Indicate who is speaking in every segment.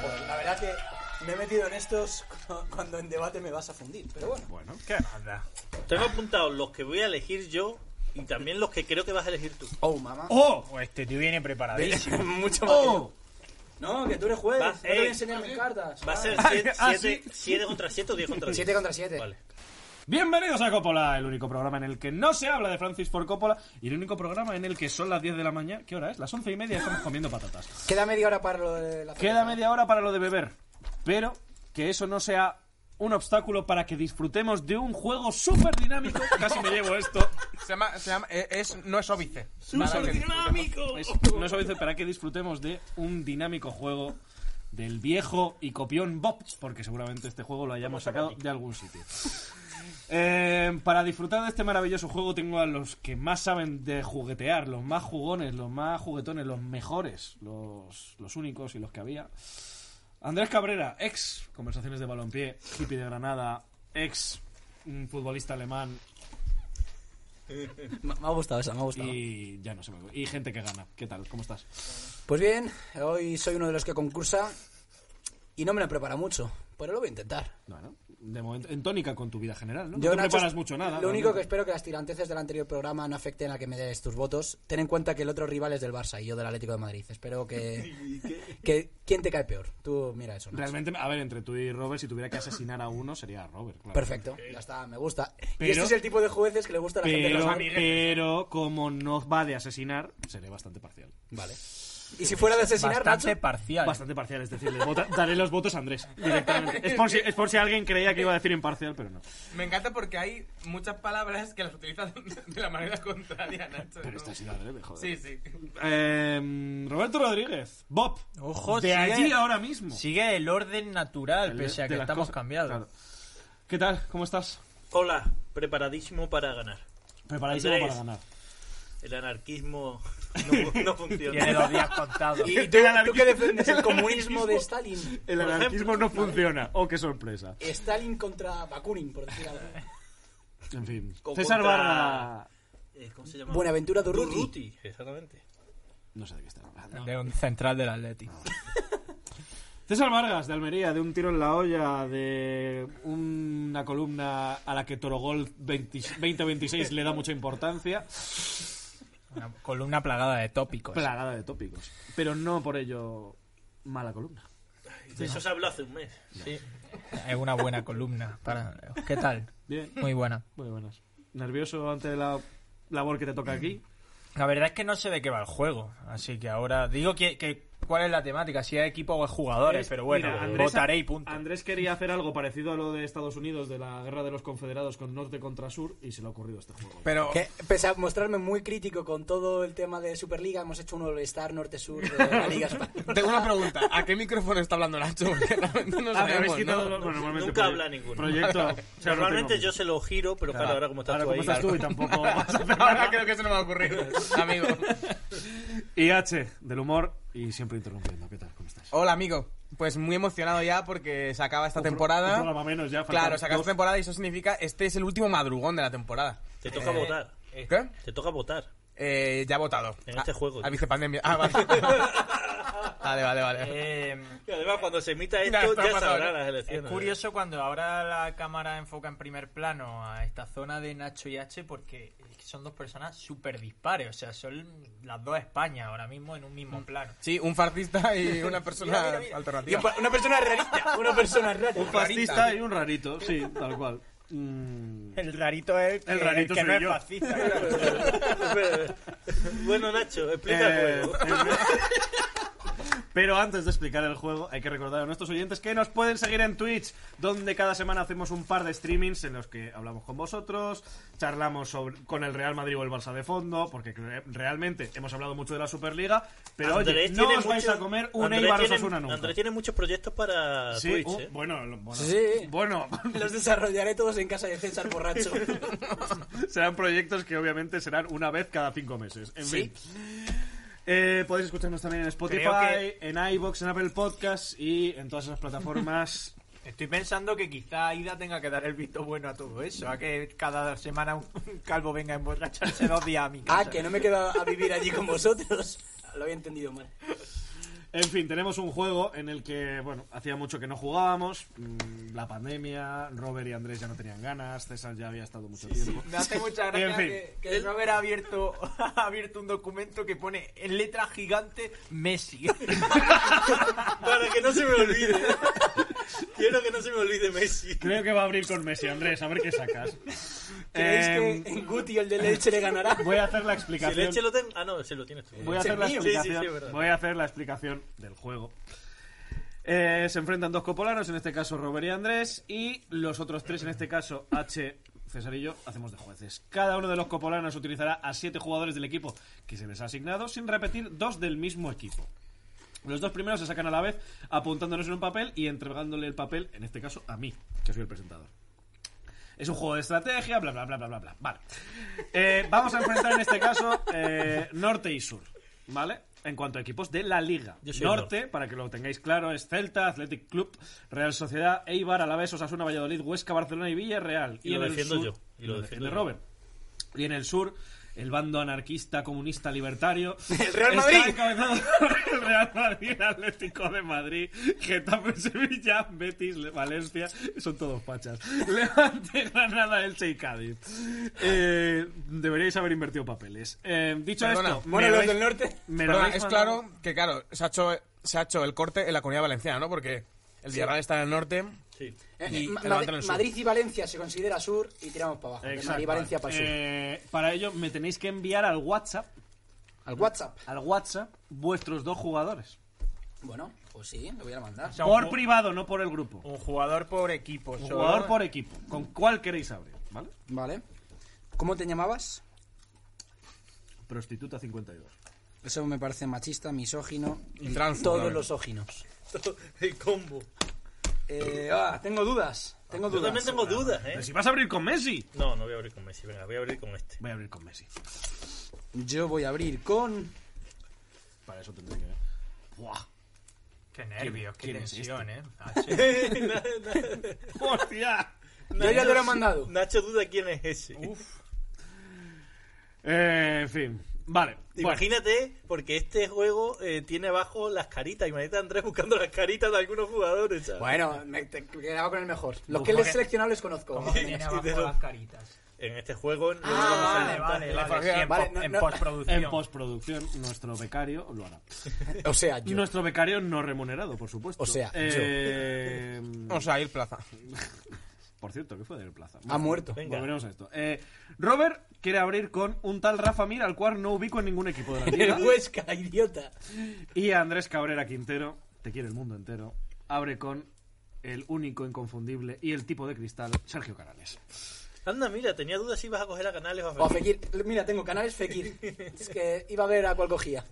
Speaker 1: Pues verdad que me he metido en estos cuando en debate me vas a fundir, pero bueno.
Speaker 2: Bueno, ¿qué anda?
Speaker 3: Tengo apuntados los que voy a elegir yo y también los que creo que vas a elegir tú.
Speaker 1: Oh, mamá.
Speaker 2: ¡Oh! Este tío viene preparadísimo.
Speaker 1: Mucho más. Oh. No, que tú eres juez.
Speaker 3: Va-
Speaker 1: no te voy
Speaker 3: eh,
Speaker 1: a enseñar mis cartas.
Speaker 3: ¿Va a ser
Speaker 2: Ah,
Speaker 3: 7
Speaker 2: ah, sí.
Speaker 3: contra 7 o 10 contra 10?
Speaker 1: 7 contra 7.
Speaker 3: Vale.
Speaker 2: Bienvenidos a Coppola, el único programa en el que no se habla de Francis Ford Coppola y el único programa en el que son las 10 de la mañana. ¿Qué hora es? Las 11 y media estamos comiendo patatas.
Speaker 1: Queda media hora para lo de la
Speaker 2: Queda media hora para lo de beber, pero que eso no sea un obstáculo para que disfrutemos de un juego súper dinámico. Casi me llevo esto.
Speaker 4: Se llama, se llama, eh, es, no es óbice. Para que-
Speaker 3: dinámico!
Speaker 2: Es- no es obvio para que disfrutemos de un dinámico juego del viejo y copión Bobs, porque seguramente este juego lo hayamos sacado de algún sitio. Eh, para disfrutar de este maravilloso juego tengo a los que más saben de juguetear, los más jugones, los más juguetones, los mejores, los, los únicos y los que había. Andrés Cabrera, ex Conversaciones de Balompié, hippie de Granada, ex mm, futbolista alemán
Speaker 1: Me ha gustado esa, me ha gustado.
Speaker 2: y ya no se me y gente que gana. ¿Qué tal? ¿Cómo estás?
Speaker 1: Pues bien, hoy soy uno de los que concursa y no me lo prepara mucho, pero lo voy a intentar.
Speaker 2: Bueno, de momento, en tónica con tu vida general, ¿no? No
Speaker 1: Yo,
Speaker 2: te
Speaker 1: Nacho,
Speaker 2: preparas mucho nada.
Speaker 1: Lo único que
Speaker 2: realmente.
Speaker 1: espero que las tiranteces del anterior programa no afecten a que me des tus votos. Ten en cuenta que el otro rival es del Barça y yo del Atlético de Madrid. Espero que. que ¿Quién te cae peor? Tú mira eso. Nacho.
Speaker 2: Realmente, a ver, entre tú y Robert, si tuviera que asesinar a uno, sería a Robert, claro.
Speaker 1: Perfecto, ya está, me gusta. y
Speaker 2: Pero-
Speaker 1: este es el tipo de jueces que le gusta a la gente. de los
Speaker 2: Pero,
Speaker 1: amigos.
Speaker 2: pero como no va de asesinar, seré bastante parcial.
Speaker 1: Vale. Y si fuera de asesinar,
Speaker 4: Bastante
Speaker 1: Nacho?
Speaker 4: parcial.
Speaker 2: Bastante parcial, es decir, le vota- daré los votos a Andrés directamente. Es por, si, es por si alguien creía que iba a decir imparcial, pero no.
Speaker 5: Me encanta porque hay muchas palabras que las utilizas de la manera contraria, Nacho.
Speaker 2: Pero
Speaker 5: ¿no?
Speaker 2: esta ha sido adrede, joder.
Speaker 5: Sí, sí.
Speaker 2: Eh, Roberto Rodríguez, Bob.
Speaker 4: Ojo,
Speaker 2: de
Speaker 4: sigue-
Speaker 2: allí ahora mismo.
Speaker 4: Sigue el orden natural,
Speaker 2: El-
Speaker 4: pese a
Speaker 2: de
Speaker 4: que
Speaker 2: las
Speaker 4: estamos
Speaker 2: cosas-
Speaker 4: cambiados.
Speaker 2: claro. ¿Qué tal? ¿Cómo estás?
Speaker 3: Hola, preparadísimo para ganar.
Speaker 2: Preparadísimo
Speaker 3: Andrés.
Speaker 2: para ganar.
Speaker 3: El anarquismo no, fu- no
Speaker 4: Tiene
Speaker 3: funciona.
Speaker 4: dos días contados.
Speaker 1: ¿Y tú, tú que defiendes el comunismo de Stalin?
Speaker 2: El
Speaker 3: Por
Speaker 2: anarquismo
Speaker 3: ejemplo.
Speaker 2: no funciona. Oh, qué sorpresa.
Speaker 1: Stalin contra Bakunin, por decir algo.
Speaker 2: En fin.
Speaker 3: Con
Speaker 2: César
Speaker 3: contra-
Speaker 2: Varga.
Speaker 3: Eh, ¿Cómo se llama?
Speaker 1: Buenaventura Durruti.
Speaker 3: Durruti, exactamente.
Speaker 2: No sé de qué está hablando.
Speaker 4: De un central del Atleti.
Speaker 2: César Vargas, de Almería, de un tiro en la olla, de una columna a la que Torogol 20 2026 le da mucha importancia.
Speaker 4: Una columna plagada de tópicos.
Speaker 2: Plagada de tópicos. Pero no por ello mala columna.
Speaker 3: De eso se habló hace un mes.
Speaker 4: Sí. Es una buena columna. Para... ¿Qué tal?
Speaker 2: Bien.
Speaker 4: Muy buena.
Speaker 2: Muy buenas. ¿Nervioso ante la labor que te toca aquí?
Speaker 4: La verdad es que no sé de qué va el juego. Así que ahora digo que, que- cuál es la temática, si es equipo o es jugadores.
Speaker 2: Es-
Speaker 4: pero bueno,
Speaker 2: mira, Andrés-
Speaker 4: votaré y punto.
Speaker 2: Andrés quería hacer algo parecido a lo de Estados Unidos, de la guerra de los confederados con norte contra sur, y se le ha ocurrido este juego.
Speaker 4: Pero
Speaker 1: Que, pese a mostrarme muy crítico con todo el tema de Superliga, hemos hecho un All-Star Norte-Sur de la Liga Española.
Speaker 5: Tengo una pregunta. ¿A qué micrófono está hablando Nacho? Porque realmente no
Speaker 2: Ah, me habéis
Speaker 5: sabemos,
Speaker 2: quitado
Speaker 5: ¿no?
Speaker 2: los- bueno, normalmente
Speaker 3: Nunca
Speaker 2: proye-
Speaker 3: habla ninguno.
Speaker 2: Proyecto. o sea, no
Speaker 3: Normalmente
Speaker 2: tengo-
Speaker 3: yo se lo giro, pero claro, ahora como estás
Speaker 2: Ahora
Speaker 3: tú
Speaker 2: como
Speaker 3: ahí,
Speaker 2: estás tú y tampoco vas a hacer
Speaker 5: Ahora
Speaker 2: nada.
Speaker 5: creo que se nos va a ocurrir, amigo.
Speaker 2: Y H, del humor y siempre interrumpiendo. ¿Qué tal? ¿Cómo estás?
Speaker 5: Hola, amigo. Pues muy emocionado ya porque se acaba esta
Speaker 2: Un pro-
Speaker 5: temporada.
Speaker 2: un programa menos ya, faltan
Speaker 5: Claro, se acaba
Speaker 2: dos.
Speaker 5: esta temporada y eso significa este es el último madrugón de la temporada.
Speaker 3: te toca votar.
Speaker 5: ¿Qué?
Speaker 3: Te toca votar.
Speaker 5: Eh, ya he votado.
Speaker 3: En este
Speaker 5: A-
Speaker 3: juego,
Speaker 5: A
Speaker 3: tío.
Speaker 5: vicepandemia. Ah, vale. vale, vale, vale.
Speaker 4: eh,
Speaker 3: Y además, cuando se emita
Speaker 5: Ya
Speaker 3: esto,
Speaker 5: está
Speaker 3: ya,
Speaker 5: pasado,
Speaker 3: sabrán
Speaker 5: ¿no?
Speaker 3: las
Speaker 4: es
Speaker 3: elecciones.
Speaker 4: curioso cuando ahora la cámara enfoca en primer plano a esta zona de Nacho y H porque son dos personas súper dispares. O sea, son las dos Españas ahora mismo en un mismo plano.
Speaker 5: Sí, un farcista y una persona alternativa.
Speaker 1: Una persona rarita, una persona rara.
Speaker 2: Un fascista y un rarito, sí, tal cual. Mm,
Speaker 4: El rarito es
Speaker 2: El rarito
Speaker 4: que
Speaker 2: soy
Speaker 4: no es
Speaker 2: yo.
Speaker 4: fascista.
Speaker 3: bueno, Nacho, explica
Speaker 2: eh,
Speaker 3: el juego.
Speaker 2: Pero antes de explicar el juego, hay que recordar a nuestros oyentes que nos pueden seguir en Twitch, donde cada semana hacemos un par de streamings en los que hablamos con vosotros, charlamos sobre- con el Real Madrid o el Barça de fondo, porque cre- realmente hemos hablado mucho de la Superliga, pero oye, no os vais
Speaker 3: muchos-
Speaker 2: a comer un
Speaker 3: Andrés
Speaker 2: Eibar
Speaker 3: tiene-
Speaker 2: Osasuna nunca.
Speaker 3: Andrés tiene muchos proyectos para
Speaker 2: Sí,
Speaker 3: Twitch,
Speaker 2: uh,
Speaker 3: ¿eh?
Speaker 2: bueno, lo- bueno,
Speaker 1: Sí.
Speaker 2: bueno,
Speaker 1: Los desarrollaré todos en casa de César Borracho.
Speaker 2: serán proyectos que obviamente serán una vez cada cinco meses. En
Speaker 1: Sí.
Speaker 2: fin. Eh, podéis escucharnos también en Spotify,
Speaker 4: Creo
Speaker 2: en iBox, en Apple Podcast y en todas esas plataformas.
Speaker 4: Estoy pensando que quizá Ida tenga que dar el visto bueno a todo eso, a que cada semana un calvo venga a emborracharse dos días a mi casa.
Speaker 1: Ah, que no me quedo a vivir allí con vosotros. Lo había entendido mal.
Speaker 2: En fin, tenemos un juego en el que, bueno, hacía mucho que no jugábamos. mm, La pandemia, Robert y Andrés ya no tenían ganas, César ya había estado mucho tiempo.
Speaker 4: Me hace mucha gracia
Speaker 2: En fin.
Speaker 4: que, que el Robert ha abierto, ha abierto un documento que pone en letra gigante Messi.
Speaker 3: Para que no se me olvide. Quiero que no se me olvide Messi.
Speaker 2: Creo que va a abrir con Messi, Andrés, a ver qué sacas.
Speaker 1: ¿Creéis
Speaker 2: Em,
Speaker 1: que en Guti el de Leche le ganará? Eh,
Speaker 2: Voy a hacer la
Speaker 3: Si el
Speaker 2: explicación.
Speaker 3: Elche lo ten... Ah, no, ese lo tienes tú.
Speaker 2: Voy a,
Speaker 1: Ese
Speaker 2: hacer la
Speaker 1: es mío.
Speaker 2: explicación,
Speaker 3: Sí, sí, sí, es verdad.
Speaker 2: voy a hacer la explicación del juego. Eh, se enfrentan dos copolanos, en este caso Robert y Andrés, y los otros tres, en este caso H, César y yo, hacemos de jueces. Cada uno de los copolanos utilizará a siete jugadores del equipo que se les ha asignado, sin repetir dos del mismo equipo. Los dos primeros se sacan a la vez, apuntándonos en un papel y entregándole el papel, en este caso, a mí, que soy el presentador. Es un juego de estrategia, bla, bla, bla, bla, bla, bla. Vale. Eh, vamos a enfrentar en este caso eh, norte y sur, ¿vale? En cuanto a equipos de la liga.
Speaker 3: Yo soy el
Speaker 2: Norte, para que lo tengáis claro, es Celta, Athletic Club, Real Sociedad, Eibar, Alavés, Osasuna, Valladolid, Huesca, Barcelona y Villarreal.
Speaker 3: Y lo
Speaker 2: en el
Speaker 3: defiendo
Speaker 2: sur-
Speaker 3: yo, y lo defiendo
Speaker 2: defiende
Speaker 3: yo.
Speaker 2: Robert. Y en el sur, el bando anarquista, comunista, libertario.
Speaker 1: El Real
Speaker 2: está
Speaker 1: Madrid.
Speaker 2: encabezado por el Real Madrid, Atlético de Madrid, Getafe, Sevilla, Betis, Le- Valencia. Son todos pachas. Levante, Granada, Elche y Cádiz. Eh, deberíais haber invertido papeles. Eh, dicho
Speaker 5: Perdona.
Speaker 2: esto, me
Speaker 1: Bueno, los
Speaker 2: habéis-
Speaker 1: del norte.
Speaker 2: me lo
Speaker 5: Perdona,
Speaker 2: habéis
Speaker 5: es
Speaker 2: mandado-
Speaker 5: claro que, claro, se ha, hecho, se ha hecho el corte en la comunidad valenciana, ¿no? Porque el Villarreal está en el norte.
Speaker 3: Sí.
Speaker 1: Eh,
Speaker 5: Y
Speaker 1: Ma-
Speaker 5: te levantan
Speaker 1: Madri-
Speaker 5: el sur.
Speaker 1: Madrid y Valencia se considera sur y tiramos para abajo. de
Speaker 2: Exacto.
Speaker 1: Madrid y Valencia para el sur.
Speaker 2: Eh, para ello me tenéis que enviar al WhatsApp,
Speaker 1: Al WhatsApp.
Speaker 2: al WhatsApp, vuestros dos jugadores.
Speaker 1: Bueno, pues sí, lo voy a mandar.
Speaker 4: O sea, un
Speaker 2: Por
Speaker 4: ju-
Speaker 2: privado, no por el grupo.
Speaker 4: Un jugador por equipo.
Speaker 2: Un
Speaker 4: solo.
Speaker 2: jugador por equipo. ¿Con cuál queréis abrir? ¿Vale?
Speaker 1: Vale. ¿Cómo te llamabas?
Speaker 2: Prostituta 52.
Speaker 1: Eso me parece machista, misógino.
Speaker 5: Y transfo,
Speaker 1: todos
Speaker 5: claro.
Speaker 1: los óginos.
Speaker 3: El combo.
Speaker 1: Eh, ah, tengo dudas. Tengo
Speaker 3: Yo
Speaker 1: dudas.
Speaker 3: también tengo dudas,
Speaker 2: Pero
Speaker 3: ¿eh?
Speaker 2: si vas a abrir con Messi.
Speaker 3: No, no voy a abrir con Messi. Venga, voy a abrir con este.
Speaker 2: Voy a abrir con Messi.
Speaker 1: Yo voy a abrir con.
Speaker 2: Para eso tendré que ver. ¡Buah!
Speaker 4: Qué nervios, qué
Speaker 2: ¿Quién es este?
Speaker 4: tensión, ¿eh? Ah,
Speaker 2: ¡Hostia!
Speaker 1: Yo ya te lo he mandado.
Speaker 3: Nacho duda quién es ese.
Speaker 4: sí. Uf,
Speaker 2: Eh, en fin. Vale. bueno.
Speaker 3: Imagínate, porque este juego eh, tiene abajo las caritas. Imagínate a Andrés buscando las caritas de algunos jugadores. ¿sabes?
Speaker 1: Bueno, me te- quedaba con el mejor. Los
Speaker 2: Uf,
Speaker 1: que les
Speaker 4: porque-
Speaker 1: seleccionables conozco.
Speaker 4: cómo que tiene abajo
Speaker 3: de lo-
Speaker 4: las caritas.
Speaker 3: En este juego. lo vamos a
Speaker 4: Ah, vale,
Speaker 3: adelantar.
Speaker 4: vale, vale.
Speaker 5: fotografía.
Speaker 4: sí, en,
Speaker 1: Vale,
Speaker 4: pos-
Speaker 1: no,
Speaker 4: en
Speaker 1: no.
Speaker 4: postproducción.
Speaker 2: En postproducción, nuestro becario lo hará.
Speaker 1: O sea, yo.
Speaker 2: Nuestro becario no remunerado, por supuesto.
Speaker 1: O sea,
Speaker 2: Eh,
Speaker 5: O sea, ir plaza.
Speaker 2: Por cierto, ¿qué fue del Plaza?
Speaker 1: Ha muerto.
Speaker 3: Venga.
Speaker 2: Volveremos a esto. Eh, Robert quiere abrir con un tal Rafa Mir, al cual no ubico en ningún equipo de la
Speaker 1: El
Speaker 2: liga.
Speaker 1: Huesca, idiota.
Speaker 2: Y Andrés Cabrera Quintero, te quiere el mundo entero, abre con el único, inconfundible y el tipo de cristal, Sergio Canales.
Speaker 3: Anda, mira, tenía dudas si ibas a coger a Canales o a
Speaker 1: O a
Speaker 3: Fekir.
Speaker 1: Fekir. Mira, tengo canales Fekir. Es que iba a ver a cuál cogía.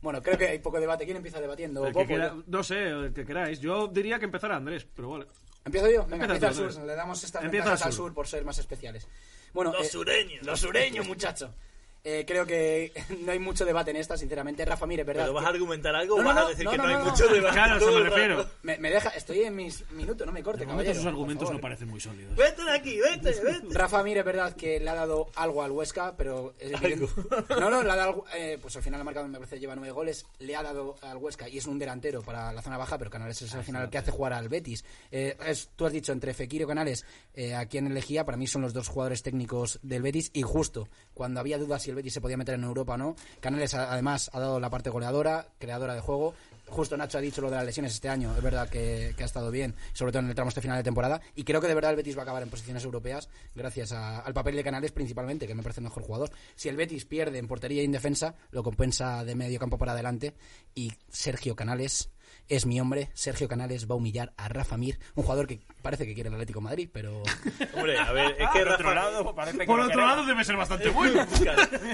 Speaker 1: Bueno, creo que hay poco debate. ¿Quién empieza debatiendo?
Speaker 2: El que
Speaker 1: Popo,
Speaker 2: quiera-
Speaker 1: yo.
Speaker 2: no sé, el que queráis. Yo diría que empezara Andrés, pero vale.
Speaker 1: ¿Empiezo yo? Venga,
Speaker 2: Empieza
Speaker 1: empieza
Speaker 2: tú,
Speaker 1: al sur.
Speaker 2: Andrés.
Speaker 1: Le damos estas
Speaker 2: Empieza
Speaker 1: ventajas
Speaker 2: al
Speaker 1: al
Speaker 2: sur.
Speaker 1: sur por ser más especiales. Bueno,
Speaker 3: Los
Speaker 1: eh,
Speaker 3: sureños.
Speaker 1: Los sureños, muchacho. Eh, creo que no hay mucho debate en esta, sinceramente. Rafa, mire, ¿verdad?
Speaker 3: ¿Pero vas a
Speaker 1: que-
Speaker 3: argumentar algo
Speaker 1: No,
Speaker 3: o
Speaker 1: no,
Speaker 3: vas
Speaker 1: no,
Speaker 3: a decir
Speaker 1: no,
Speaker 3: que no,
Speaker 1: no,
Speaker 3: hay
Speaker 1: no,
Speaker 3: mucho
Speaker 1: no.
Speaker 3: debate?
Speaker 2: Claro, eso
Speaker 3: todo
Speaker 2: me
Speaker 3: el rato?
Speaker 2: refiero.
Speaker 1: me, me deja, estoy en mis minutos, no me corte,
Speaker 2: De momento
Speaker 1: caballero.
Speaker 2: sus
Speaker 1: por
Speaker 2: argumentos no
Speaker 1: favor.
Speaker 2: parecen muy sólidos.
Speaker 3: Vete de aquí, vete, vete.
Speaker 1: Rafa Mir es verdad que le ha dado algo al Huesca, pero es evidente- No, no, le ha dado algo- eh, pues al final ha marcado, me parece, lleva nueve goles, le ha dado al Huesca y es un delantero para la zona baja, pero Canales es al final el que hace jugar al Betis. Eh, es- tú has dicho entre Fekir o Canales eh, a quién elegía, para mí son los dos jugadores técnicos del Betis y justo cuando había dudas si el Betis se podía meter en Europa o no, Canales a- además ha dado la parte goleadora, creadora de juego, Justo Nacho ha dicho lo de las lesiones este año, es verdad que, que ha estado bien, sobre todo en el tramo este final de temporada, y creo que de verdad el Betis va a acabar en posiciones europeas gracias a- al papel de Canales principalmente, que me parece el mejor jugador. Si el Betis pierde en portería y en defensa, lo compensa de medio campo para adelante, y Sergio Canales es mi hombre, Sergio Canales va a humillar a Rafa Mir, un jugador que parece que quiere el Atlético de Madrid, pero...
Speaker 3: Hombre, a ver, es
Speaker 4: Ah,
Speaker 3: que
Speaker 4: por otro
Speaker 3: Rafa...
Speaker 4: lado, parece que
Speaker 2: Por
Speaker 4: lo
Speaker 2: otro
Speaker 4: queremos.
Speaker 2: lado, debe ser bastante bueno.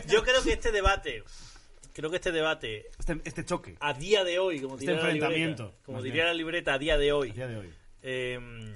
Speaker 3: Yo creo que este debate... Creo que este debate,
Speaker 2: Este, este choque,
Speaker 3: a día de hoy, como
Speaker 2: Este
Speaker 3: diría, la
Speaker 2: enfrentamiento,
Speaker 3: libreta, como
Speaker 2: más
Speaker 3: diría
Speaker 2: bien.
Speaker 3: la libreta, a día de hoy,
Speaker 2: el día de hoy.
Speaker 3: Eh,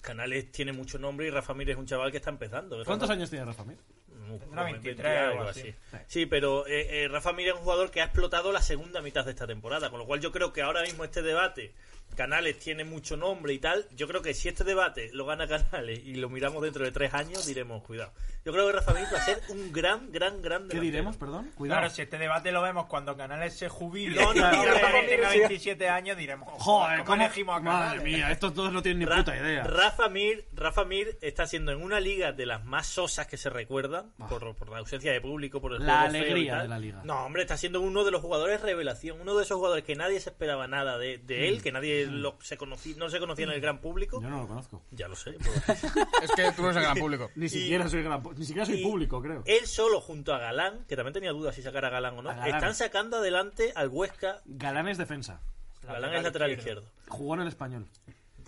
Speaker 3: Canales tiene mucho nombre y Rafa Mir es un chaval que está empezando.
Speaker 2: ¿Cuántos
Speaker 3: Rafa-
Speaker 2: años tiene Rafa Mir?
Speaker 3: Mm,
Speaker 4: Tendrá
Speaker 3: como
Speaker 4: 23
Speaker 3: 20
Speaker 4: o algo así.
Speaker 3: Sí, pero eh, eh, Rafa Mir es un jugador que ha explotado la segunda mitad de esta temporada, con lo cual yo creo que ahora mismo este debate Canales tiene mucho nombre y tal. Yo creo que si este debate lo gana Canales y lo miramos dentro de tres años, diremos, cuidado. Yo creo que Rafa Mir va a ser un gran, gran, gran
Speaker 2: ¿Qué
Speaker 3: delantero.
Speaker 2: diremos, perdón? Cuidado.
Speaker 4: Claro, si este debate lo vemos cuando Canales se jubile
Speaker 3: No, no,
Speaker 4: y
Speaker 3: no,
Speaker 4: Rafa
Speaker 3: no,
Speaker 4: tenga
Speaker 3: no,
Speaker 4: 27 años, diremos,
Speaker 2: Joder, ¿cómo,
Speaker 4: elegimos a Canales?
Speaker 2: Madre mía, estos todos no tienen ni
Speaker 3: Ra-
Speaker 2: puta idea.
Speaker 3: Rafa Mir, Rafa Mir está siendo en una liga de las más sosas que se recuerdan
Speaker 2: Ah.
Speaker 3: por, por la ausencia de público, por el
Speaker 2: La
Speaker 3: juego feo y
Speaker 2: alegría
Speaker 3: tal.
Speaker 2: de la liga.
Speaker 3: No, hombre, está siendo uno de los jugadores revelación, uno de esos jugadores que nadie se esperaba nada de, de él, que nadie lo- se conocí- no se conocía en el gran público.
Speaker 2: Yo Mm. no lo conozco.
Speaker 3: Ya lo sé. pues.
Speaker 5: Es que tú no eres el gran público.
Speaker 2: Ni siquiera soy gran, ni siquiera soy
Speaker 3: Y
Speaker 2: público, creo.
Speaker 3: Él solo junto a Galán, que también tenía dudas si sacar a Galán o no,
Speaker 2: A Galán.
Speaker 3: están sacando adelante al Huesca.
Speaker 2: Galán es defensa.
Speaker 3: Galán es lateral izquierdo.
Speaker 2: Jugó en el español.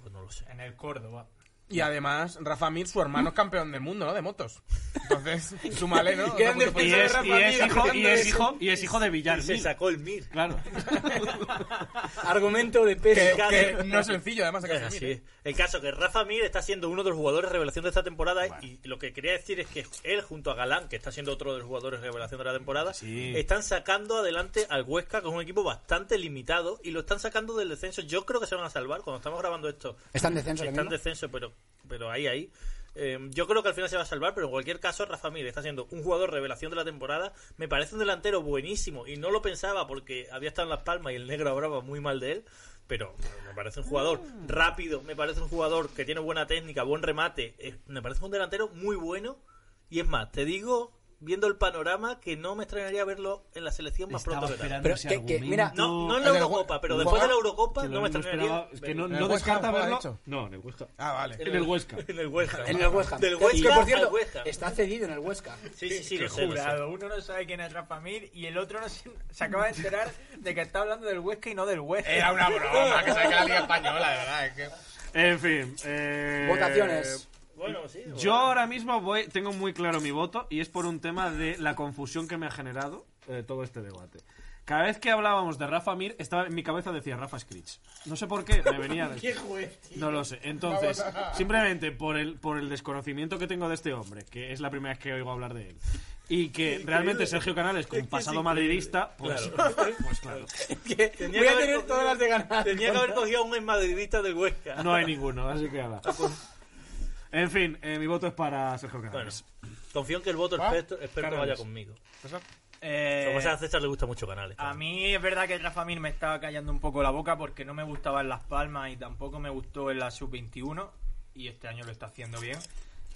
Speaker 3: Pues no lo sé.
Speaker 4: En el Córdoba.
Speaker 5: Y además, Rafa Mir, su hermano es campeón del mundo, ¿no? De motos. Entonces, súmale, ¿no? Otra punto
Speaker 2: Y
Speaker 5: por-
Speaker 2: es, y es
Speaker 5: Mir,
Speaker 2: hijo, y es
Speaker 5: eso.
Speaker 2: hijo, y es hijo de Villar.
Speaker 3: Y se
Speaker 2: Mir.
Speaker 3: sacó el Mir.
Speaker 2: Claro.
Speaker 1: Argumento de peso.
Speaker 5: Que,
Speaker 3: Claro.
Speaker 5: que no es sencillo, además,
Speaker 3: Es
Speaker 5: sacar
Speaker 3: así,
Speaker 5: Mir.
Speaker 3: eh. El caso que Rafa Mir está siendo uno de los jugadores revelación de esta temporada y lo que quería decir es que él junto a Galán, que está siendo otro de los jugadores revelación de la temporada,
Speaker 2: Sí.
Speaker 3: están sacando adelante al Huesca con un equipo bastante limitado y lo están sacando del descenso. Yo creo que se van a salvar cuando estamos grabando esto.
Speaker 1: Está en descenso ahora
Speaker 3: Está en
Speaker 1: mismo.
Speaker 3: descenso, pero, pero ahí, ahí. Eh, yo creo que al final se va a salvar, pero en cualquier caso, Rafa Mir está siendo un jugador revelación de la temporada. Me parece un delantero buenísimo y no lo pensaba porque había estado en Las Palmas y el negro hablaba muy mal de él. Pero me parece un jugador rápido, me parece un jugador que tiene buena técnica, buen remate. eh, me parece un delantero muy bueno. Y es más, te digo, viendo el panorama, que no me extrañaría verlo en la selección más
Speaker 2: Estaba
Speaker 3: pronto que tarde.
Speaker 2: esperando
Speaker 1: Pero
Speaker 2: ese
Speaker 1: que- que, mira,
Speaker 2: argumento.
Speaker 3: No, no en
Speaker 5: El
Speaker 3: la
Speaker 5: del
Speaker 3: Eurocopa,
Speaker 5: Hue-
Speaker 3: pero después de la Eurocopa
Speaker 2: Que
Speaker 3: no me
Speaker 2: no
Speaker 3: extrañaría.
Speaker 2: esperaba- es que no,
Speaker 5: En
Speaker 2: no
Speaker 5: el Huesca
Speaker 2: descarta
Speaker 5: juega, de
Speaker 2: verlo.
Speaker 5: hecho.
Speaker 2: No, en el Huesca.
Speaker 5: Ah, vale.
Speaker 2: En el Huesca.
Speaker 3: En el Huesca.
Speaker 1: En el Huesca.
Speaker 3: Del
Speaker 1: Y
Speaker 3: Huesca
Speaker 1: que, por
Speaker 3: al
Speaker 1: cierto,
Speaker 3: Huesca. Eh,
Speaker 1: está cedido en el Huesca.
Speaker 3: Sí, sí, sí,
Speaker 4: Qué
Speaker 3: lo sé, lo sé.
Speaker 4: jurado. Uno no sabe quién es Rafa Mir y el otro no se, se acaba de enterar de que está hablando del Huesca y no del Huesca.
Speaker 5: Era una broma, que sabe que la Liga Española, de verdad. es que-
Speaker 2: En fin. eh,
Speaker 1: Votaciones.
Speaker 3: Bueno, sí.
Speaker 2: Yo
Speaker 3: bueno.
Speaker 2: ahora mismo voy, tengo muy claro mi voto y es por un tema de la confusión que me ha generado eh, todo este debate. Cada vez que hablábamos de Rafa Mir, estaba en mi cabeza decía Rafa Scritch. No sé por qué, me venía de... No lo sé. Entonces, simplemente por el, por el desconocimiento que tengo de este hombre, que es la primera vez que oigo hablar de él, y que realmente Sergio Canales, con pasado madridista, pues pues claro.
Speaker 3: Tenía
Speaker 1: Voy
Speaker 3: que
Speaker 1: a
Speaker 3: haber
Speaker 1: tener
Speaker 3: cogido-
Speaker 1: todas las de ganar.
Speaker 3: Tenía que haber cogido a un exmadridista del Huesca.
Speaker 2: No hay ninguno, así que nada. En fin, eh, mi voto es para Sergio Canales.
Speaker 3: Bueno, confío en que el voto
Speaker 5: Ah,
Speaker 3: experto, experto
Speaker 2: Canales.
Speaker 3: vaya conmigo.
Speaker 4: Eh,
Speaker 3: Lo que pasa es que a César le gusta mucho Canales.
Speaker 4: A mí es verdad que Rafa Mir me estaba callando un poco la boca porque no me gustaba en Las Palmas y tampoco me gustó en la Sub-21 y este año lo está haciendo bien.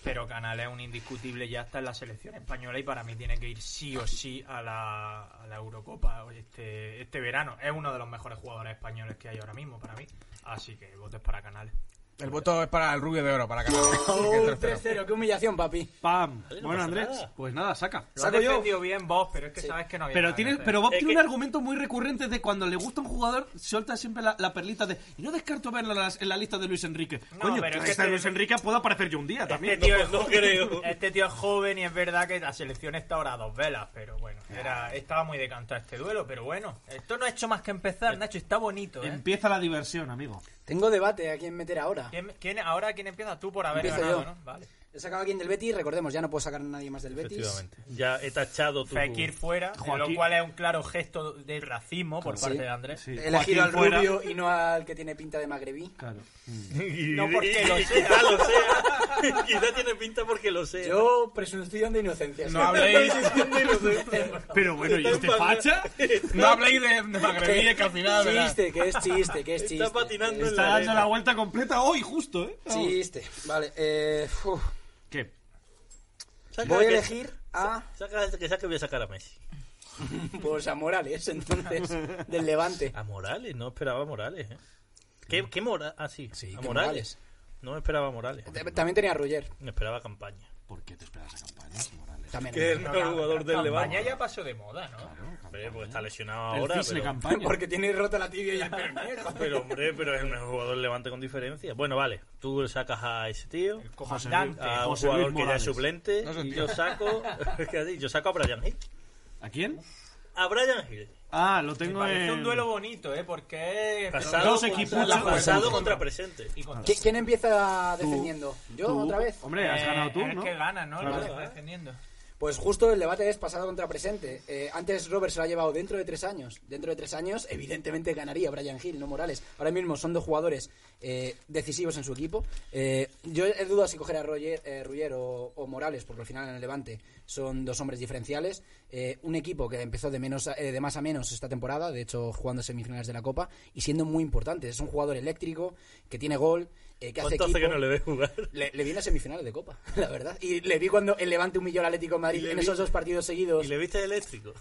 Speaker 4: Pero Canales es un indiscutible ya está en la selección española y para mí tiene que ir sí o sí a la, a la Eurocopa este, este verano. Es uno de los mejores jugadores españoles que hay ahora mismo para mí. Así que votes para Canales.
Speaker 5: El voto es para el Rubio de Oro, para Canales. que es
Speaker 1: Oh,
Speaker 5: tercero.
Speaker 1: 3-0, qué humillación, papi.
Speaker 2: Pam.
Speaker 3: Vale, no
Speaker 2: bueno,
Speaker 3: pasa
Speaker 2: Andrés,
Speaker 3: nada.
Speaker 2: pues nada, saca.
Speaker 4: Lo has
Speaker 1: Saco yo.
Speaker 4: defendido bien vos, pero es que sabes que no había
Speaker 2: Pero
Speaker 4: nada que
Speaker 2: tienes,
Speaker 4: hacer.
Speaker 2: pero Bob
Speaker 3: Es
Speaker 2: tiene
Speaker 3: que-
Speaker 2: un argumento muy recurrente de cuando le gusta un jugador, suelta siempre la, la perlita de "Y no descarto verlo en la, en la lista de Luis Enrique.
Speaker 4: No,
Speaker 2: Coño,
Speaker 4: pero es
Speaker 2: en
Speaker 4: que
Speaker 2: esta de
Speaker 4: este-
Speaker 2: Luis Enrique puedo aparecer yo un día
Speaker 3: Este
Speaker 2: también.
Speaker 3: tío es no creo.
Speaker 4: Este tío es joven y es verdad que la selección está ahora a dos velas, pero bueno, era, estaba muy decantado este duelo, pero bueno, esto no ha hecho más que empezar, Nacho, está bonito, ¿eh?
Speaker 2: Empieza la diversión, amigo.
Speaker 1: Tengo debate a quién meter ahora.
Speaker 4: ¿Quién, quién- ahora quién empieza tú por haber
Speaker 1: Empiezo
Speaker 4: ganado,
Speaker 1: yo.
Speaker 4: ¿no? Vale.
Speaker 1: He sacado a alguien del Betis, recordemos, ya no puedo sacar a nadie más del Betis.
Speaker 3: Efectivamente. Ya he tachado tu.
Speaker 4: Fekir fuera,
Speaker 2: Joaquín-
Speaker 4: lo cual es un claro gesto de racismo por
Speaker 1: Sí.
Speaker 4: parte de Andrés.
Speaker 2: Sí.
Speaker 1: He elegido
Speaker 2: Joaquín
Speaker 1: al
Speaker 2: fuera.
Speaker 1: rubio y no al que tiene pinta de magrebí.
Speaker 2: Claro.
Speaker 4: No porque lo
Speaker 3: Y
Speaker 4: sea.
Speaker 3: Quizá lo sea. quizá tiene pinta porque lo sea.
Speaker 1: Yo, presunción de inocencia.
Speaker 5: No habléis,
Speaker 2: Pero bueno, ¿y
Speaker 3: Está
Speaker 2: este
Speaker 3: en pan-
Speaker 2: facha?
Speaker 5: no habléis de, de Magrebí, que al final, ¿verdad?
Speaker 1: Chiste, que es chiste, que es chiste.
Speaker 3: Está patinando en
Speaker 2: Está
Speaker 3: la
Speaker 2: dando
Speaker 3: arena.
Speaker 2: la vuelta completa hoy, justo, ¿eh?
Speaker 1: Chiste. Vale, eh, uf.
Speaker 2: ¿Qué?
Speaker 3: Saca
Speaker 1: voy a
Speaker 3: que-
Speaker 1: elegir a...
Speaker 3: Saca que saque, voy a sacar a Messi.
Speaker 1: Pues a Morales, entonces, del Levante.
Speaker 3: A Morales, no esperaba a Morales. ¿eh? ¿Qué, qué Morales? Ah, sí.
Speaker 1: Sí,
Speaker 3: a
Speaker 1: que
Speaker 3: Morales.
Speaker 1: Morales.
Speaker 3: No me esperaba a Morales.
Speaker 1: T- También tenía a Ruller.
Speaker 3: Me esperaba a campaña.
Speaker 2: ¿Por qué te esperas a campaña, Morales?
Speaker 1: También.
Speaker 3: Que el mejor jugador del
Speaker 4: España
Speaker 3: Levante.
Speaker 4: ya pasó de moda, ¿no?
Speaker 3: Hombre, porque está lesionado
Speaker 2: El
Speaker 3: ahora.
Speaker 2: cisne
Speaker 3: pero,
Speaker 2: campaña.
Speaker 1: Porque tiene rota la tibia y el pernero.
Speaker 3: pero, hombre, pero es el mejor jugador del Levante con diferencia. Bueno, vale. Tú sacas a ese tío,
Speaker 4: Comandante.
Speaker 3: a un
Speaker 2: José Luis
Speaker 3: jugador que ya es
Speaker 2: Morales.
Speaker 3: suplente.
Speaker 5: No es un
Speaker 3: y
Speaker 5: tío.
Speaker 3: yo saco. ¿qué has dicho? Yo saco a Brian Hill.
Speaker 2: ¿A quién?
Speaker 3: A Brian Hill.
Speaker 2: Ah, lo tengo
Speaker 4: Parece
Speaker 2: en...
Speaker 4: un duelo bonito, ¿eh? Porque es-
Speaker 3: Pasado,
Speaker 2: Dos
Speaker 3: contra-
Speaker 2: equipos,
Speaker 3: la-
Speaker 2: dos
Speaker 3: pasado
Speaker 2: equipos.
Speaker 3: contra presente.
Speaker 4: y con-
Speaker 1: ¿Qui- ¿Quién empieza
Speaker 2: Tú-
Speaker 1: defendiendo? ¿Yo
Speaker 2: tú-
Speaker 1: otra vez?
Speaker 2: Hombre, has
Speaker 4: Eh,
Speaker 2: ganado tú,
Speaker 4: es
Speaker 2: ¿no?
Speaker 4: que gana, ¿no? El
Speaker 2: Claro.
Speaker 4: que está defendiendo.
Speaker 1: Pues justo el debate es pasado contra presente. Eh, antes Robert se lo ha llevado dentro de tres años. Dentro de tres años, evidentemente ganaría Brian Hill, no Morales. Ahora mismo son dos jugadores eh, decisivos en su equipo. Eh, yo he dudado si coger a Roger, eh, Ruller o, o Morales, porque al final en el Levante son dos hombres diferenciales. Eh, un equipo que empezó de, menos, a- eh, de más a menos esta temporada, de hecho jugando semifinales de la Copa, y siendo muy importante. Es un jugador eléctrico, que tiene gol, eh, que hace
Speaker 3: ¿Cuánto
Speaker 1: equipo.
Speaker 3: hace que no le ve jugar?
Speaker 1: Le, le vi en las semifinales de Copa, la verdad. Y le vi cuando el Levante humilló al Atlético de
Speaker 3: Y
Speaker 1: Madrid
Speaker 3: le
Speaker 1: en
Speaker 3: vi-
Speaker 1: esos dos partidos
Speaker 3: ¿Y
Speaker 1: seguidos.
Speaker 3: le viste eléctrico?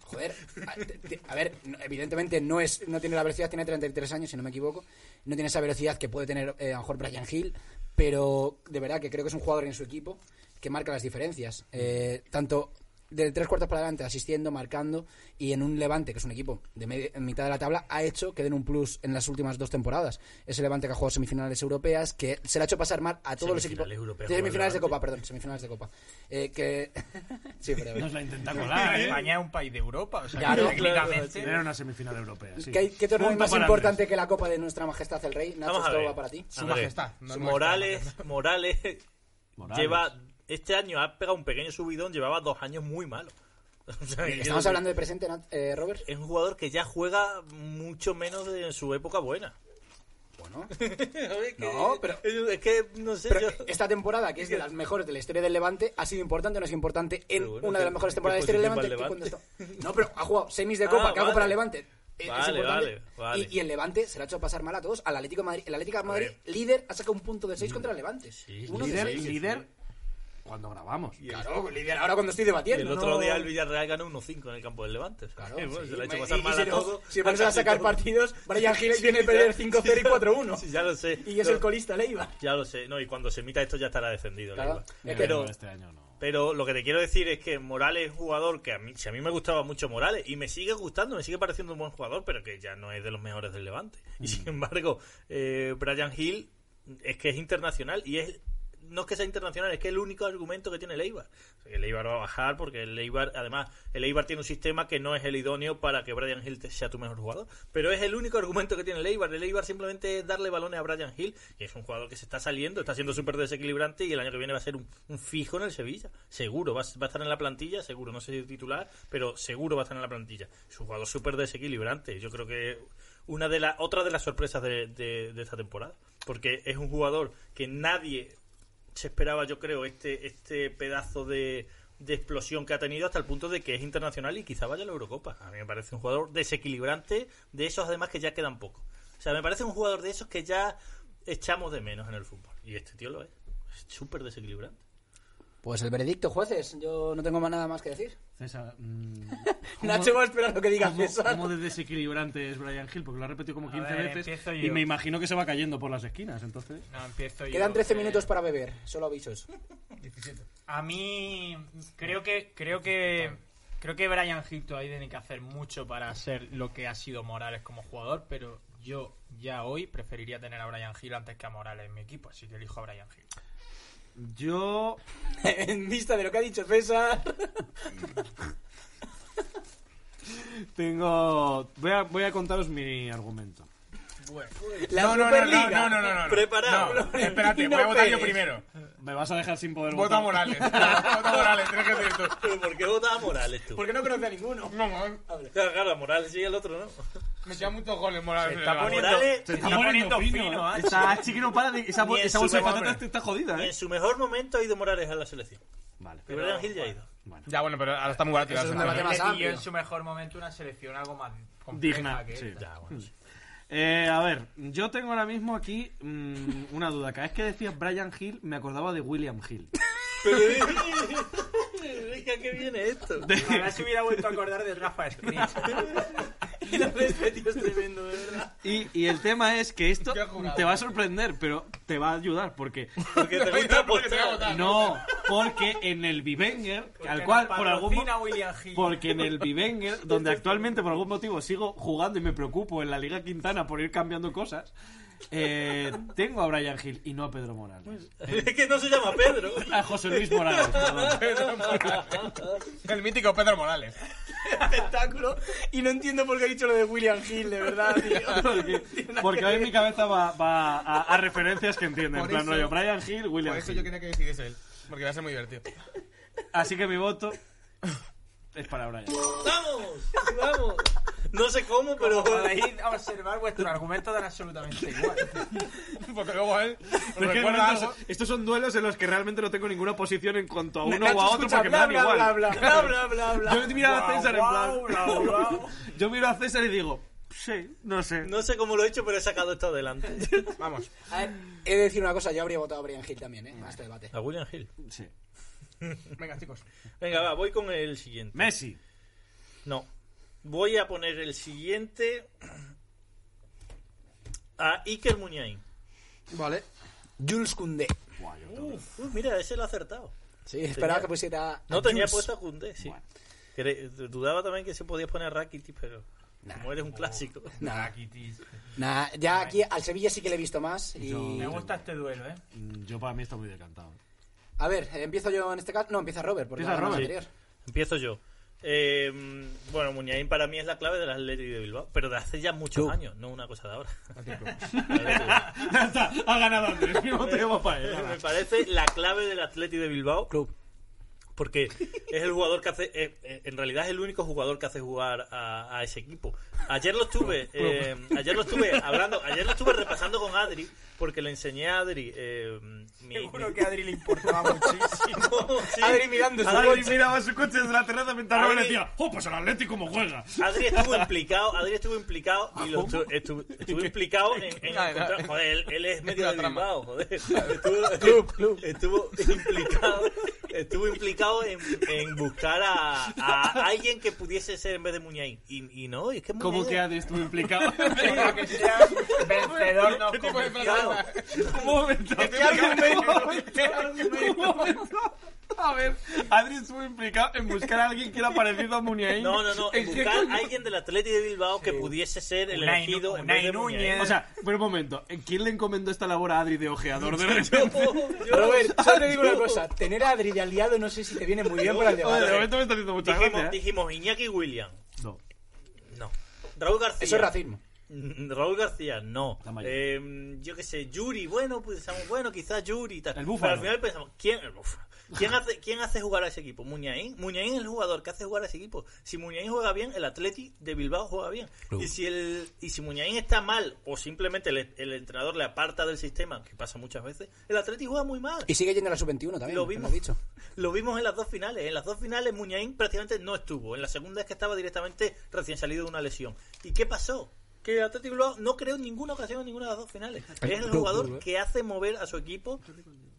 Speaker 1: Joder, a, te- te- a ver, no- evidentemente no es no tiene la velocidad, tiene 33 años, si no me equivoco. No tiene esa velocidad que puede tener eh, a lo mejor Brian Hill, pero de verdad que creo que es un jugador en su equipo que marca las diferencias. Eh, tanto de tres cuartos para adelante, asistiendo, marcando, y en un Levante, que es un equipo de media- en mitad de la tabla, ha hecho que den un plus en las últimas dos temporadas. Ese Levante que ha jugado semifinales europeas, que se le ha hecho pasar mal a todos los equipos.
Speaker 3: Semifinales europeas, juega el
Speaker 1: semifinales de
Speaker 3: Levante.
Speaker 1: Copa, perdón, semifinales de Copa. Eh, que... sí, pero...
Speaker 2: Nos la intenta colar, ¿eh?
Speaker 4: España es un país de Europa, o sea,
Speaker 1: Claro,
Speaker 4: que técnicamente.
Speaker 2: Era una semifinal europea, sí.
Speaker 1: ¿Qué, qué torneo
Speaker 2: Punto
Speaker 1: más
Speaker 2: para
Speaker 1: importante que la Copa de Nuestra Majestad el Rey? Nacho,
Speaker 3: Vamos a
Speaker 1: esto
Speaker 3: ver.
Speaker 1: va para ti.
Speaker 5: Su
Speaker 3: Andrés,
Speaker 5: majestad, no
Speaker 3: su
Speaker 5: nuestra
Speaker 3: Morales, Morales,
Speaker 2: Morales.
Speaker 3: lleva. Este año ha pegado un pequeño subidón, llevaba dos años muy malo. O sea, que
Speaker 1: Estamos
Speaker 3: yo-
Speaker 1: hablando de presente, Nat- eh, Robert.
Speaker 3: Es un jugador que ya juega mucho menos de en su época buena.
Speaker 1: Bueno,
Speaker 3: Es que-
Speaker 1: No, pero-
Speaker 3: Es que, no sé,
Speaker 1: pero
Speaker 3: yo.
Speaker 1: esta temporada, que es de las mejores de la historia del Levante, ha sido importante o no es importante en
Speaker 3: Pero bueno,
Speaker 1: una de
Speaker 3: ¿qué-
Speaker 1: las mejores
Speaker 3: qué
Speaker 1: temporadas de la historia del Levante.
Speaker 3: posición para el
Speaker 1: que cuando esto- No, pero ha jugado semis de Copa,
Speaker 3: Ah,
Speaker 1: que hago
Speaker 3: vale.
Speaker 1: para el Levante. Eh, es
Speaker 3: Vale,
Speaker 1: importante.
Speaker 3: vale, vale.
Speaker 1: Y, y el Levante se le ha hecho pasar mal a todos. Al Atlético de Madrid, el Atlético de Madrid líder, ha sacado un punto
Speaker 3: Mm.
Speaker 1: de 6 contra el Levante. Uno de
Speaker 2: Líder,
Speaker 1: seis.
Speaker 2: líder, cuando grabamos.
Speaker 1: Claro, líder ahora cuando estoy
Speaker 3: Y
Speaker 1: debatiendo.
Speaker 3: el otro
Speaker 1: no-
Speaker 3: día el Villarreal ganó 1-5 en el campo del Levante. O sea,
Speaker 1: Claro,
Speaker 3: que, bueno,
Speaker 1: sí.
Speaker 3: se le ha hecho
Speaker 1: Y-
Speaker 3: pasar
Speaker 1: y
Speaker 3: mal
Speaker 1: si
Speaker 3: a
Speaker 1: no-
Speaker 3: todo.
Speaker 1: Si vamos a
Speaker 3: casi
Speaker 1: sacar
Speaker 3: todo.
Speaker 1: partidos, Brian Gil viene a perder 5-0 y 4-1.
Speaker 3: Sí, ya lo sé.
Speaker 1: Y es
Speaker 3: No,
Speaker 1: el colista Leiva.
Speaker 3: Ya lo sé. No, y cuando se emita esto ya estará defendido.
Speaker 1: Claro.
Speaker 3: Leiva.
Speaker 1: Es que-
Speaker 3: Pero,
Speaker 2: este año no.
Speaker 3: Pero lo que te quiero decir es que Morales es un jugador que a mí, si a mí me gustaba mucho Morales y me sigue gustando, me sigue pareciendo un buen jugador, pero que ya no es de los mejores del Levante. Y sin embargo, eh, Brian Hill es que es internacional y es no es que sea internacional, es que es el único argumento que tiene el Eibar. O sea, que el Eibar va a bajar porque el Eibar, además, el Eibar tiene un sistema que no es el idóneo para que Brian Hill te- sea tu mejor jugador. Pero es el único argumento que tiene el Eibar. El Eibar simplemente es darle balones a Brian Hill, que es un jugador que se está saliendo, está siendo súper desequilibrante y el año que viene va a ser un, un fijo en el Sevilla. Seguro, va, a- va a estar en la plantilla, seguro, no sé si es titular, pero seguro va a estar en la plantilla. Es un jugador súper desequilibrante. Yo creo que una de la, otra de las sorpresas de, de- de esta temporada. Porque es un jugador que nadie se esperaba, yo creo, este, este pedazo de, de explosión que ha tenido hasta el punto de que es internacional y quizá vaya a la Eurocopa. A mí me parece un jugador desequilibrante, de esos además que ya quedan pocos. O sea, me parece un jugador de esos que ya echamos de menos en el fútbol. Y este tío lo es. Es súper desequilibrante.
Speaker 1: Pues el veredicto, jueces. Yo no tengo más nada más que decir.
Speaker 2: César. mm, ¿cómo-
Speaker 1: Nacho va a esperar lo que diga
Speaker 2: ¿Cómo,
Speaker 1: César.
Speaker 2: cómo de desequilibrante es Brian Hill? Porque lo ha repetido como
Speaker 4: A
Speaker 2: 15
Speaker 4: ver,
Speaker 2: veces
Speaker 4: empiezo
Speaker 2: y
Speaker 4: yo.
Speaker 2: me imagino que se va cayendo por las esquinas, entonces.
Speaker 4: No, empiezo yo.
Speaker 1: Quedan 13
Speaker 4: Eh,
Speaker 1: minutos para beber, solo avisos.
Speaker 4: A mí creo que creo que creo que Brian Hill todavía tiene que hacer mucho para ser lo que ha sido Morales como jugador, pero yo ya hoy preferiría tener a Brian Hill antes que a Morales en mi equipo, así que elijo a Brian Hill.
Speaker 2: Yo.
Speaker 1: en vista de lo que ha dicho César.
Speaker 2: Tengo. Voy a, voy a contaros mi argumento.
Speaker 1: La
Speaker 5: no, no, no, no,
Speaker 1: Superliga.
Speaker 5: no, no, no, no.
Speaker 3: Preparado.
Speaker 5: No, espérate,
Speaker 1: Y
Speaker 5: voy a
Speaker 1: no
Speaker 5: votar yo
Speaker 1: Pérez.
Speaker 5: primero.
Speaker 2: Me vas a dejar sin poder
Speaker 5: Vota
Speaker 2: votar.
Speaker 5: Morales. Vota Morales, tienes que decir tú.
Speaker 3: ¿Pero por qué votaba Morales tú?
Speaker 1: Porque no conoce a ninguno.
Speaker 5: No, no,
Speaker 3: Claro, claro, Morales sigue el otro, ¿no?
Speaker 5: me lleva muchos goles Morales.
Speaker 4: Se
Speaker 5: en
Speaker 4: está
Speaker 5: el Barça.
Speaker 4: poniendo-
Speaker 3: Morales
Speaker 4: Se está poniendo fino, ¿eh?
Speaker 2: Esa chiqui no para de. Esa,
Speaker 3: Ni en
Speaker 2: esa
Speaker 3: su
Speaker 2: bolsa de
Speaker 3: mejor
Speaker 2: patatas
Speaker 3: hora.
Speaker 2: te está jodida,
Speaker 3: Ni
Speaker 2: ¿eh?
Speaker 3: en su mejor momento ha ido Morales a la selección.
Speaker 2: Vale.
Speaker 3: Pero Brian Hill ya ha ido.
Speaker 2: Bueno.
Speaker 5: Ya, bueno, pero ahora está muy barato.
Speaker 1: Eso es un
Speaker 5: Ahora-
Speaker 1: debate más
Speaker 4: Le pilló
Speaker 1: amplio.
Speaker 4: en su mejor momento una selección algo más compleja
Speaker 2: Digna.
Speaker 4: que
Speaker 2: sí.
Speaker 4: esta.
Speaker 2: Eh, a ver, yo tengo ahora mismo aquí mm, una duda. Cada vez que decías Brian Hill, me acordaba de William Hill.
Speaker 3: Pero, ¿a qué viene esto?
Speaker 4: Ahora se hubiera vuelto a acordar de Rafa Screech.
Speaker 1: Y lo ves, este tío es tremendo, de verdad.
Speaker 2: Y, y el tema es que esto
Speaker 5: Qué jugada.
Speaker 2: te va a sorprender, pero te va a ayudar porque
Speaker 3: Porque te gusta
Speaker 5: Porque te voy a
Speaker 3: apostar.
Speaker 5: votar.
Speaker 2: no, porque en el Bivenger, al
Speaker 4: nos
Speaker 2: cual por algún mo-
Speaker 4: patrocina William Hill.
Speaker 2: porque en el Bivenger, donde actualmente por algún motivo sigo jugando y me preocupo en la Liga Quintana por ir cambiando cosas, eh, tengo a Brian Hill y no a Pedro
Speaker 5: Pues,
Speaker 2: Morales.
Speaker 3: Es que no se llama Pedro.
Speaker 2: A José Luis Morales. perdón.
Speaker 5: Pedro Morales. El mítico Pedro Morales.
Speaker 1: Espectáculo. Y no entiendo por qué ha dicho lo de William Hill, de verdad,
Speaker 2: Porque,
Speaker 1: tío.
Speaker 2: porque hoy mi cabeza va, va a, a referencias que entienden. En
Speaker 5: Por
Speaker 2: plan
Speaker 5: eso-
Speaker 2: rollo, Brian Hill,
Speaker 5: Por
Speaker 2: William
Speaker 5: eso
Speaker 2: Hill.
Speaker 5: yo quería que decidiese él. Porque va a ser muy divertido.
Speaker 2: Así que mi voto es para Brian.
Speaker 3: ¡Vamos! ¡Vamos! No sé cómo, pero.
Speaker 4: Podéis observar vuestros argumentos dan absolutamente igual.
Speaker 5: Porque luego él
Speaker 2: Es que
Speaker 5: recuerda
Speaker 2: estos-
Speaker 5: algo.
Speaker 2: estos son duelos en los que realmente no tengo ninguna posición en cuanto a uno
Speaker 1: Nacho
Speaker 2: o a otro
Speaker 1: escucha,
Speaker 2: porque
Speaker 1: bla,
Speaker 2: me
Speaker 1: bla,
Speaker 2: dan igual.
Speaker 1: bla, bla.
Speaker 3: Bla, bla, bla, bla.
Speaker 2: Yo miro a César en plan.
Speaker 4: Guau, guau, guau.
Speaker 2: Yo miro a César y digo, sí, no sé.
Speaker 3: No sé cómo lo he hecho, pero he sacado esto adelante.
Speaker 5: Vamos.
Speaker 1: A ver, he de decir una cosa, yo habría votado a Brian Hill también, ¿eh? A este debate.
Speaker 3: A William Hill.
Speaker 2: Sí.
Speaker 5: Venga, chicos.
Speaker 3: Venga, va, voy con el siguiente.
Speaker 2: Messi.
Speaker 3: No. Voy a poner el siguiente. A Iker Muñain.
Speaker 1: Vale. Jules Koundé.
Speaker 3: Uf, Ah, uf, mira, ese lo ha acertado.
Speaker 1: Sí, esperaba
Speaker 3: Tenía-
Speaker 1: que pusiera. a
Speaker 3: No tenía
Speaker 1: Jules.
Speaker 3: puesta a Koundé, sí.
Speaker 2: Bueno.
Speaker 3: Cre- Dudaba también que se podía poner a Rakitic, pero como eres un clásico.
Speaker 1: Nah,
Speaker 4: Rakitic.
Speaker 1: nah, ya aquí al Sevilla sí que le he visto más. Y...
Speaker 2: Yo-
Speaker 4: Me gusta este duelo, ¿eh?
Speaker 2: Mm, Yo para mí está muy decantado.
Speaker 1: A ver, empiezo yo en este caso. No, empieza Robert, porque
Speaker 2: Empieza
Speaker 1: ganó el
Speaker 2: Robert.
Speaker 1: anterior.
Speaker 3: Empiezo yo. Eh, bueno, Muñain para mí es la clave del Atlético de Bilbao, pero de hace ya muchos
Speaker 1: Tú.
Speaker 3: años, no una cosa de ahora.
Speaker 2: ya está, ha ganado Andrés. Mi voto lleva para él.
Speaker 3: Me parece la clave del Atlético de Bilbao
Speaker 1: Club.
Speaker 3: porque es el jugador que hace, eh, eh, en realidad es el único jugador que hace jugar a, a ese equipo. Ayer lo estuve, eh, ayer lo estuve hablando, ayer lo estuve repasando con Adri porque le enseñé a Adri. eh, mi-
Speaker 4: Seguro
Speaker 3: mi-
Speaker 4: que a Adri le importaba muchísimo.
Speaker 3: No, sí.
Speaker 4: Adri mirando su
Speaker 2: Adri
Speaker 4: coche.
Speaker 2: miraba su coche desde la terraza mientras Robert le
Speaker 3: Adri-
Speaker 2: decía, ¡Oh, pues el Atlético cómo juega!
Speaker 3: Adri estuvo implicado, Adri estuvo implicado y lo estu- estu- estuvo implicado en, en
Speaker 5: Nada,
Speaker 3: encontrar-
Speaker 5: nada.
Speaker 3: joder, él, él es medio
Speaker 5: una
Speaker 3: de
Speaker 5: trama.
Speaker 3: Bilbao, joder. Estuvo, estuvo implicado, estuvo implicado en, en buscar a, a alguien que pudiese ser en vez de Muñain. Y, y no, y es que
Speaker 2: ¿Cómo
Speaker 3: Muñain-
Speaker 2: que Adri estuvo implicado?
Speaker 4: Pero que sea vencedor no
Speaker 5: tipo de
Speaker 4: convencido.
Speaker 2: Un momento.
Speaker 5: ¿Qué argumento?
Speaker 2: ¿Qué argumento? A ver, Adri estuvo implicado en buscar a alguien que era parecido a Muniain.
Speaker 3: No, no, no, en
Speaker 2: ¿En qué
Speaker 3: buscar
Speaker 2: coño?
Speaker 3: a alguien del Atleti de Bilbao que pudiese ser el
Speaker 4: Unai Nu-
Speaker 3: elegido en
Speaker 4: Unai
Speaker 3: vez de Muñain.
Speaker 4: Núñez.
Speaker 2: O sea, pero un momento, ¿eh? ¿quién le encomendó esta labor a Adri de ojeador de repente?
Speaker 1: Robert, solo te digo una cosa. Tener a Adri de aliado no sé si te viene muy bien para el
Speaker 2: Joder, de
Speaker 1: debate.
Speaker 2: momento me está haciendo mucha
Speaker 3: dijimos,
Speaker 2: gracia. ¿eh?
Speaker 3: dijimos Iñaki William.
Speaker 2: No.
Speaker 3: No. Raúl García.
Speaker 1: Eso es racismo.
Speaker 3: Mm, Raúl García, no.
Speaker 2: La mayor.
Speaker 3: Eh, yo qué sé, Yuri, bueno, pues pensamos, bueno, quizás Yuri y tal.
Speaker 2: El Búfalo.
Speaker 3: Pero al final pensamos, ¿quién, el Búfalo? ¿Quién, hace, ¿quién hace jugar a ese equipo? Muñain. Muñain es el jugador que hace jugar a ese equipo. Si Muñain juega bien, el Atleti de Bilbao juega bien.
Speaker 2: Uh.
Speaker 3: Y si, el, y si Muñain está mal o simplemente el, el entrenador le aparta del sistema, que pasa muchas veces, el Atleti juega muy mal.
Speaker 1: Y sigue yendo a la sub-21 también.
Speaker 3: Lo
Speaker 1: te
Speaker 3: vimos,
Speaker 1: he dicho.
Speaker 3: lo vimos en las dos finales. En las dos finales Muñain prácticamente no estuvo. En la segunda es que estaba directamente recién salido de una lesión. ¿Y qué pasó? Que el Atlético Bilbao no creó ninguna ocasión en ninguna de las dos finales. Es el
Speaker 2: ¿eh?
Speaker 3: jugador que hace mover a su equipo.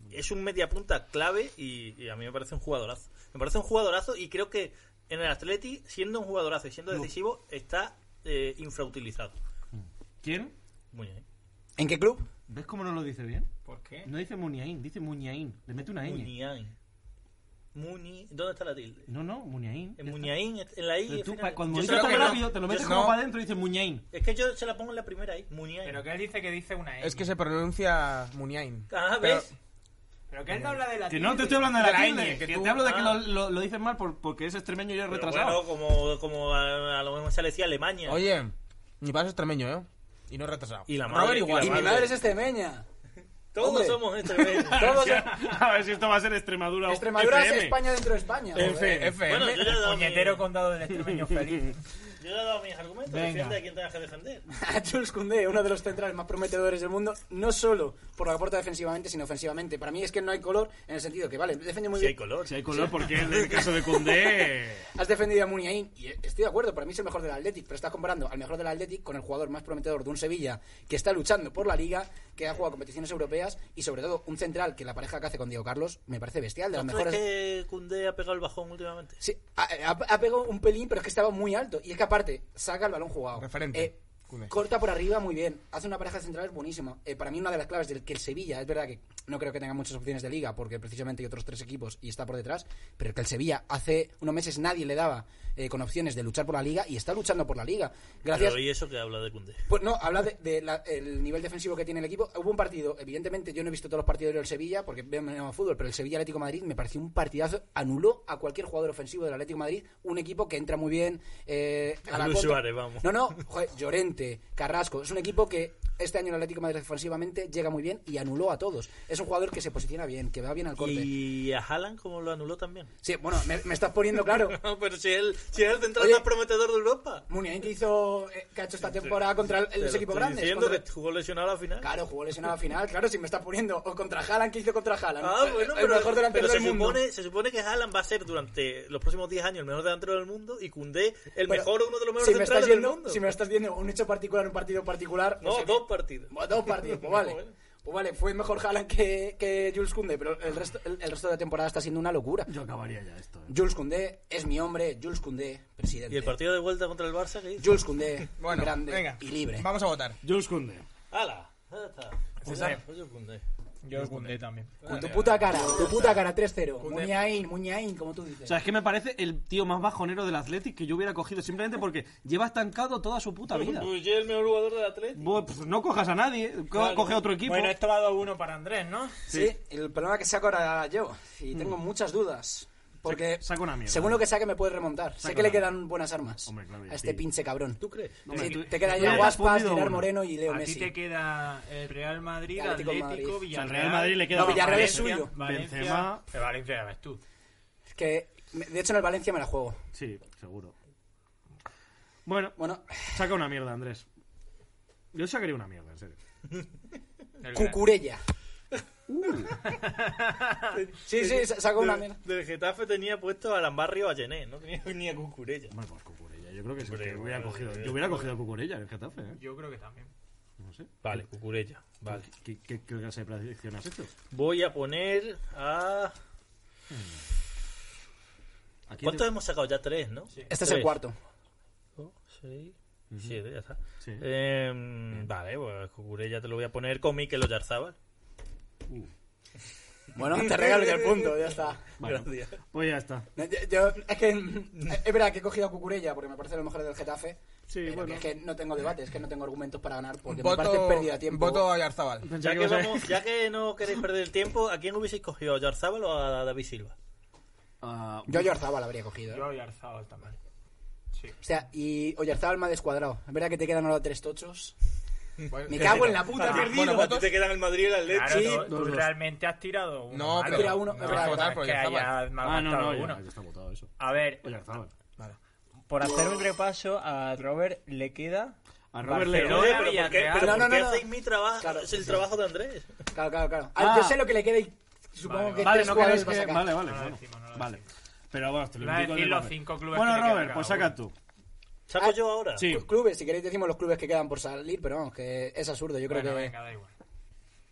Speaker 3: Es un mediapunta clave y, y a mí me parece un jugadorazo. Me parece un jugadorazo y creo que en el Atleti, siendo un jugadorazo y siendo decisivo, está eh, infrautilizado.
Speaker 2: ¿Quién?
Speaker 3: Muñain.
Speaker 1: ¿En qué club?
Speaker 2: ¿Ves cómo no lo dice bien?
Speaker 4: ¿Por qué?
Speaker 2: No dice Muniain, dice Muñain. Le mete una ñ.
Speaker 3: Muñain. Muni... ¿Dónde está la tilde?
Speaker 2: No, no, Muñain.
Speaker 3: En Muñain, en la I.
Speaker 2: Pero
Speaker 3: al
Speaker 2: tú,
Speaker 3: final.
Speaker 2: pa- cuando
Speaker 3: Yo
Speaker 2: dices
Speaker 3: solo
Speaker 2: tan
Speaker 5: creo que no.
Speaker 2: rápido, te lo metes
Speaker 5: Yo-
Speaker 2: como
Speaker 5: no.
Speaker 2: para adentro y dices Muñain.
Speaker 3: Es que yo se la pongo en la primera ahí, Muniain.
Speaker 4: Pero que él dice que dice una N.
Speaker 5: Es que se pronuncia Muniain.
Speaker 3: Ah, ¿ves?
Speaker 4: Pero que él no habla de la
Speaker 2: Que no
Speaker 4: tilde.
Speaker 2: te estoy hablando de la,
Speaker 5: De la
Speaker 2: tilde,
Speaker 5: ñ, que
Speaker 2: que
Speaker 5: tú-
Speaker 2: te hablo de que lo,
Speaker 3: ah.
Speaker 2: lo- lo dices mal por- porque es extremeño y es
Speaker 3: Pero
Speaker 2: retrasado.
Speaker 3: bueno, como, como a, a lo mejor se le decía Alemania.
Speaker 5: Oye, mi padre es extremeño, ¿eh? Y no es retrasado.
Speaker 3: Y la
Speaker 5: Robert
Speaker 3: madre,
Speaker 5: igual.
Speaker 3: y
Speaker 1: Y
Speaker 3: la
Speaker 1: mi madre es extremeña.
Speaker 3: Todos
Speaker 1: hombre.
Speaker 3: somos este, extremeños.
Speaker 1: Todos
Speaker 2: a ver si esto va a ser Extremadura o
Speaker 1: Extremadura es
Speaker 2: FM.
Speaker 1: España dentro de España. joder.
Speaker 5: F, FM.
Speaker 3: Bueno, yo le he dado, mi-
Speaker 4: Puñetero condado del extremeño feliz.
Speaker 3: yo le he dado mis argumentos.
Speaker 4: Venga.
Speaker 3: Defiende a quien tengas que defender.
Speaker 1: A Jules Koundé, uno de los centrales más prometedores del mundo, no solo por lo que aporta defensivamente, sino ofensivamente. Para mí es que no hay color en el sentido que, vale, defiende muy
Speaker 3: Si hay
Speaker 1: bien.
Speaker 3: color.
Speaker 2: Si hay color, porque en el caso de Cundé.
Speaker 1: Has defendido a Muniain y estoy de acuerdo, para mí es el mejor del Athletic, pero estás comparando al mejor del Athletic con el jugador más prometedor de un Sevilla que está luchando por la liga, que ha jugado competiciones europeas y sobre todo un central que la pareja que hace con Diego Carlos me parece bestial, de las
Speaker 3: ¿No crees
Speaker 1: mejores.
Speaker 3: que Koundé ha pegado el bajón últimamente?
Speaker 1: Sí, ha, ha- ha pegado un pelín, pero es que estaba muy alto. Y es que aparte, saca el balón jugado.
Speaker 5: Referente.
Speaker 1: Eh,
Speaker 5: Cune.
Speaker 1: corta por arriba muy bien. Hace una pareja central buenísima. Eh, para mí, una de las claves del que el Sevilla, es verdad que no creo que tenga muchas opciones de liga, porque precisamente hay otros tres equipos y está por detrás. Pero que el Sevilla hace unos meses nadie le daba eh, con opciones de luchar por la liga y está luchando por la liga. Gracias.
Speaker 3: Pero ¿y eso que habla de Koundé?
Speaker 1: Pues no, habla del de, la- el nivel defensivo que tiene el equipo. Hubo un partido, evidentemente yo no he visto todos los partidos del Sevilla porque veo menos fútbol, pero el Sevilla Atlético de Madrid me pareció un partidazo. Anuló a cualquier jugador ofensivo del Atlético de Madrid, un equipo que entra muy bien eh, a la
Speaker 3: Luis
Speaker 1: contra.
Speaker 3: Suárez, vamos.
Speaker 1: No, no, joder, Llorente, Llorente, Carrasco. Es un equipo que este año el Atlético de Madrid defensivamente llega muy bien y anuló a todos. Es un jugador que se posiciona bien, que va bien al corte.
Speaker 3: Y a Haaland, como lo anuló también.
Speaker 1: Sí, bueno, me, me estás poniendo claro.
Speaker 3: No, pero si él, si es el central
Speaker 1: Oye.
Speaker 3: más prometedor de Europa.
Speaker 1: Muniain que hizo, eh, que ha hecho esta temporada contra el-
Speaker 3: Te lo
Speaker 1: los equipos
Speaker 3: estoy
Speaker 1: grandes.
Speaker 3: Diciendo
Speaker 1: contra-
Speaker 3: que jugó lesionado a la final.
Speaker 1: Claro, jugó lesionado al final, claro, si me está poniendo. O contra Haaland, ¿qué hizo contra Haaland?
Speaker 3: Ah,
Speaker 1: El-
Speaker 3: bueno,
Speaker 1: el
Speaker 3: pero,
Speaker 1: mejor delantero
Speaker 3: pero se,
Speaker 1: del mundo.
Speaker 3: Supone, se supone que Haaland va a ser durante los próximos 10 años el mejor delantero del mundo y Koundé el
Speaker 1: Pero
Speaker 3: mejor, uno de los mejores
Speaker 1: si me estás
Speaker 3: centrales
Speaker 1: yendo,
Speaker 3: del mundo.
Speaker 1: Si me estás viendo un hecho particular, un partido particular.
Speaker 3: No,
Speaker 1: pues,
Speaker 3: dos partidos.
Speaker 1: Bueno, Dos partidos, pues vale.
Speaker 3: Bueno.
Speaker 1: Pues vale, fue mejor Haaland que, que Jules Koundé, pero el resto, el, el resto de la temporada está siendo una locura.
Speaker 2: Yo acabaría ya esto. eh.
Speaker 1: Jules Koundé es mi hombre, Jules Koundé, presidente.
Speaker 3: Y el partido de vuelta contra el Barça, ¿qué hizo?
Speaker 1: Jules Koundé,
Speaker 5: Bueno,
Speaker 1: grande
Speaker 5: venga.
Speaker 1: y libre.
Speaker 5: Vamos a votar.
Speaker 2: Jules Koundé.
Speaker 3: ¡Hala! Ya está.
Speaker 5: César.
Speaker 3: Oye, Koundé.
Speaker 4: Yo el Koundé también.
Speaker 1: Con tu puta cara, tu puta cara, 3-0. Muñain, Muñain, como tú dices.
Speaker 2: O sea, es que me parece el tío más bajonero del Athletic que yo hubiera cogido simplemente porque lleva estancado toda su puta vida.
Speaker 3: Pues yo el mejor jugador del Atlético.
Speaker 2: Bueno, pues no cojas a nadie, co- coge otro equipo.
Speaker 4: Bueno,
Speaker 1: este,
Speaker 4: esto va 2-1 para Andrés, ¿no?
Speaker 1: Sí, el problema que saco ahora yo, y tengo muchas dudas, porque
Speaker 2: saca Mm. una mierda.
Speaker 1: según lo que saque me puede remontar. sé
Speaker 2: Saca
Speaker 1: que le
Speaker 2: una
Speaker 1: quedan buenas armas
Speaker 2: Hombre, claro,
Speaker 1: a este
Speaker 2: sí.
Speaker 1: pinche cabrón.
Speaker 3: ¿Tú crees?
Speaker 2: No, hombre,
Speaker 1: Sí,
Speaker 2: tú-
Speaker 1: te queda ya
Speaker 2: tú le has
Speaker 1: Guaspas,
Speaker 2: fundido
Speaker 1: Gerard
Speaker 2: uno.
Speaker 1: Moreno y Leo
Speaker 4: A ti
Speaker 1: Messi.
Speaker 4: te queda el Real Madrid,
Speaker 1: Atlético
Speaker 4: Atlético,
Speaker 1: Madrid.
Speaker 2: O sea,
Speaker 4: Villarreal.
Speaker 2: al Real Madrid le queda
Speaker 1: No, Villarreal es
Speaker 2: Valencia,
Speaker 1: suyo.
Speaker 2: Valencia.
Speaker 4: Benzema. El Valencia ya ves tú.
Speaker 1: Que, me- de hecho, en el Valencia me la juego.
Speaker 2: Sí, seguro. Bueno,
Speaker 1: Bueno,
Speaker 2: saca una mierda, Andrés. Yo sacaría una mierda, en serio.
Speaker 4: El
Speaker 1: Cucurella.
Speaker 2: Uh.
Speaker 1: sí, sí, sa- saco una
Speaker 3: Del,
Speaker 1: mierda.
Speaker 3: del Getafe tenía puesto a Lambarrio o a Gené, no tenía ni a Cucurella.
Speaker 2: Bueno, pues Cucurella. Yo creo que sí.
Speaker 3: Hombre,
Speaker 2: que hubiera
Speaker 3: bueno,
Speaker 2: cogido,
Speaker 3: eh,
Speaker 2: yo hubiera cogido a Cucurella en el Getafe, ¿eh?
Speaker 4: Yo creo que también.
Speaker 2: No sé.
Speaker 3: Vale, Cucurella. Vale.
Speaker 2: ¿Qué, qué, qué clase de predicción has hecho?
Speaker 3: Voy a poner a.
Speaker 2: Aquí
Speaker 3: ¿Cuántos
Speaker 2: te-
Speaker 3: hemos sacado ya? Tres, ¿no?
Speaker 1: Este es el
Speaker 3: Tres.
Speaker 1: cuarto.
Speaker 3: Cinco, seis, siete, ya está.
Speaker 2: Sí.
Speaker 3: Em, vale, pues Cucurella te lo voy a poner con Mikel Oyarzábal.
Speaker 2: Uh,
Speaker 1: Bueno, te regalo ya el punto, ya está.
Speaker 2: bueno,
Speaker 3: Gracias.
Speaker 2: pues ya está.
Speaker 1: No, Yo, yo- es que es verdad que he cogido a Cucurella porque me parece lo mejor del Getafe.
Speaker 2: Sí,
Speaker 1: pero que
Speaker 2: bueno.
Speaker 1: es que no tengo debate, es que no tengo argumentos para ganar porque me parece pérdida de
Speaker 5: Voto,
Speaker 1: tiempo.
Speaker 5: voto a Yarzabal.
Speaker 2: Pensaba
Speaker 3: Ya que,
Speaker 2: ibas a-
Speaker 3: vamos, ya que no queréis perder el tiempo, ¿a quién hubieseis cogido? ¿A Oyarzábal o a David Silva?
Speaker 2: Ah,
Speaker 1: Yo a Oyarzabal habría cogido. ¿eh?
Speaker 4: Yo y Arzado también. Sí.
Speaker 1: O sea, y Oyarzabal me ha descuadrado. Es verdad que te quedan ahora tres tochos.
Speaker 5: Bueno,
Speaker 1: Me cago en la puta, he perdido.
Speaker 5: bueno, votos.
Speaker 3: pues te quedan el Madrid y el Atlético.
Speaker 4: Claro,
Speaker 1: Sí,
Speaker 4: tú- tú,
Speaker 2: dos, dos.
Speaker 4: realmente has tirado uno.
Speaker 5: No,
Speaker 4: malo.
Speaker 5: pero-
Speaker 1: Tira uno,
Speaker 4: No,
Speaker 1: es
Speaker 4: no,
Speaker 1: verdad,
Speaker 5: votar
Speaker 4: es
Speaker 5: por
Speaker 4: que
Speaker 5: Oyarzabal.
Speaker 4: hayas
Speaker 2: Ah, no,
Speaker 4: malgastado
Speaker 2: no, ya,
Speaker 4: uno.
Speaker 2: ya está votado eso. Pues
Speaker 4: A ver,
Speaker 2: Oye, Arzabal.
Speaker 5: Vale.
Speaker 4: por hacer un repaso, a Robert le queda.
Speaker 2: A Robert
Speaker 4: Barcelona,
Speaker 2: le
Speaker 3: Oye, pero ¿por qué,
Speaker 4: Villarreal.
Speaker 3: pero
Speaker 1: No,
Speaker 3: por
Speaker 1: no,
Speaker 3: qué
Speaker 1: no, no.
Speaker 3: hacéis mi trabajo?
Speaker 1: Claro.
Speaker 3: es el trabajo de Andrés.
Speaker 1: Claro, claro, claro. Ah,
Speaker 2: Ah.
Speaker 1: Yo sé lo que le queda y supongo
Speaker 4: Vale,
Speaker 1: que
Speaker 2: Vale,
Speaker 1: tres
Speaker 2: no
Speaker 1: jugadores
Speaker 2: queréis
Speaker 1: va a
Speaker 2: que...
Speaker 1: sacar.
Speaker 2: este Vale, vale.
Speaker 4: Ah, No lo
Speaker 2: bueno,
Speaker 4: decimos, no lo
Speaker 2: vale. Pero bueno, te lo
Speaker 4: Iba a
Speaker 2: indico
Speaker 4: decir
Speaker 2: de
Speaker 4: los
Speaker 2: papel.
Speaker 4: cinco clubes
Speaker 2: Bueno,
Speaker 4: que le quedan
Speaker 2: Robert,
Speaker 4: cada
Speaker 2: pues
Speaker 4: uno.
Speaker 2: saca tú.
Speaker 3: ¿Saco
Speaker 1: Ah,
Speaker 3: yo ahora?
Speaker 2: Sí.
Speaker 1: Cl- Clubes, si queréis decimos los clubes que quedan por salir, pero vamos, que es absurdo. Yo creo
Speaker 4: Bueno,
Speaker 1: que
Speaker 4: venga, da igual.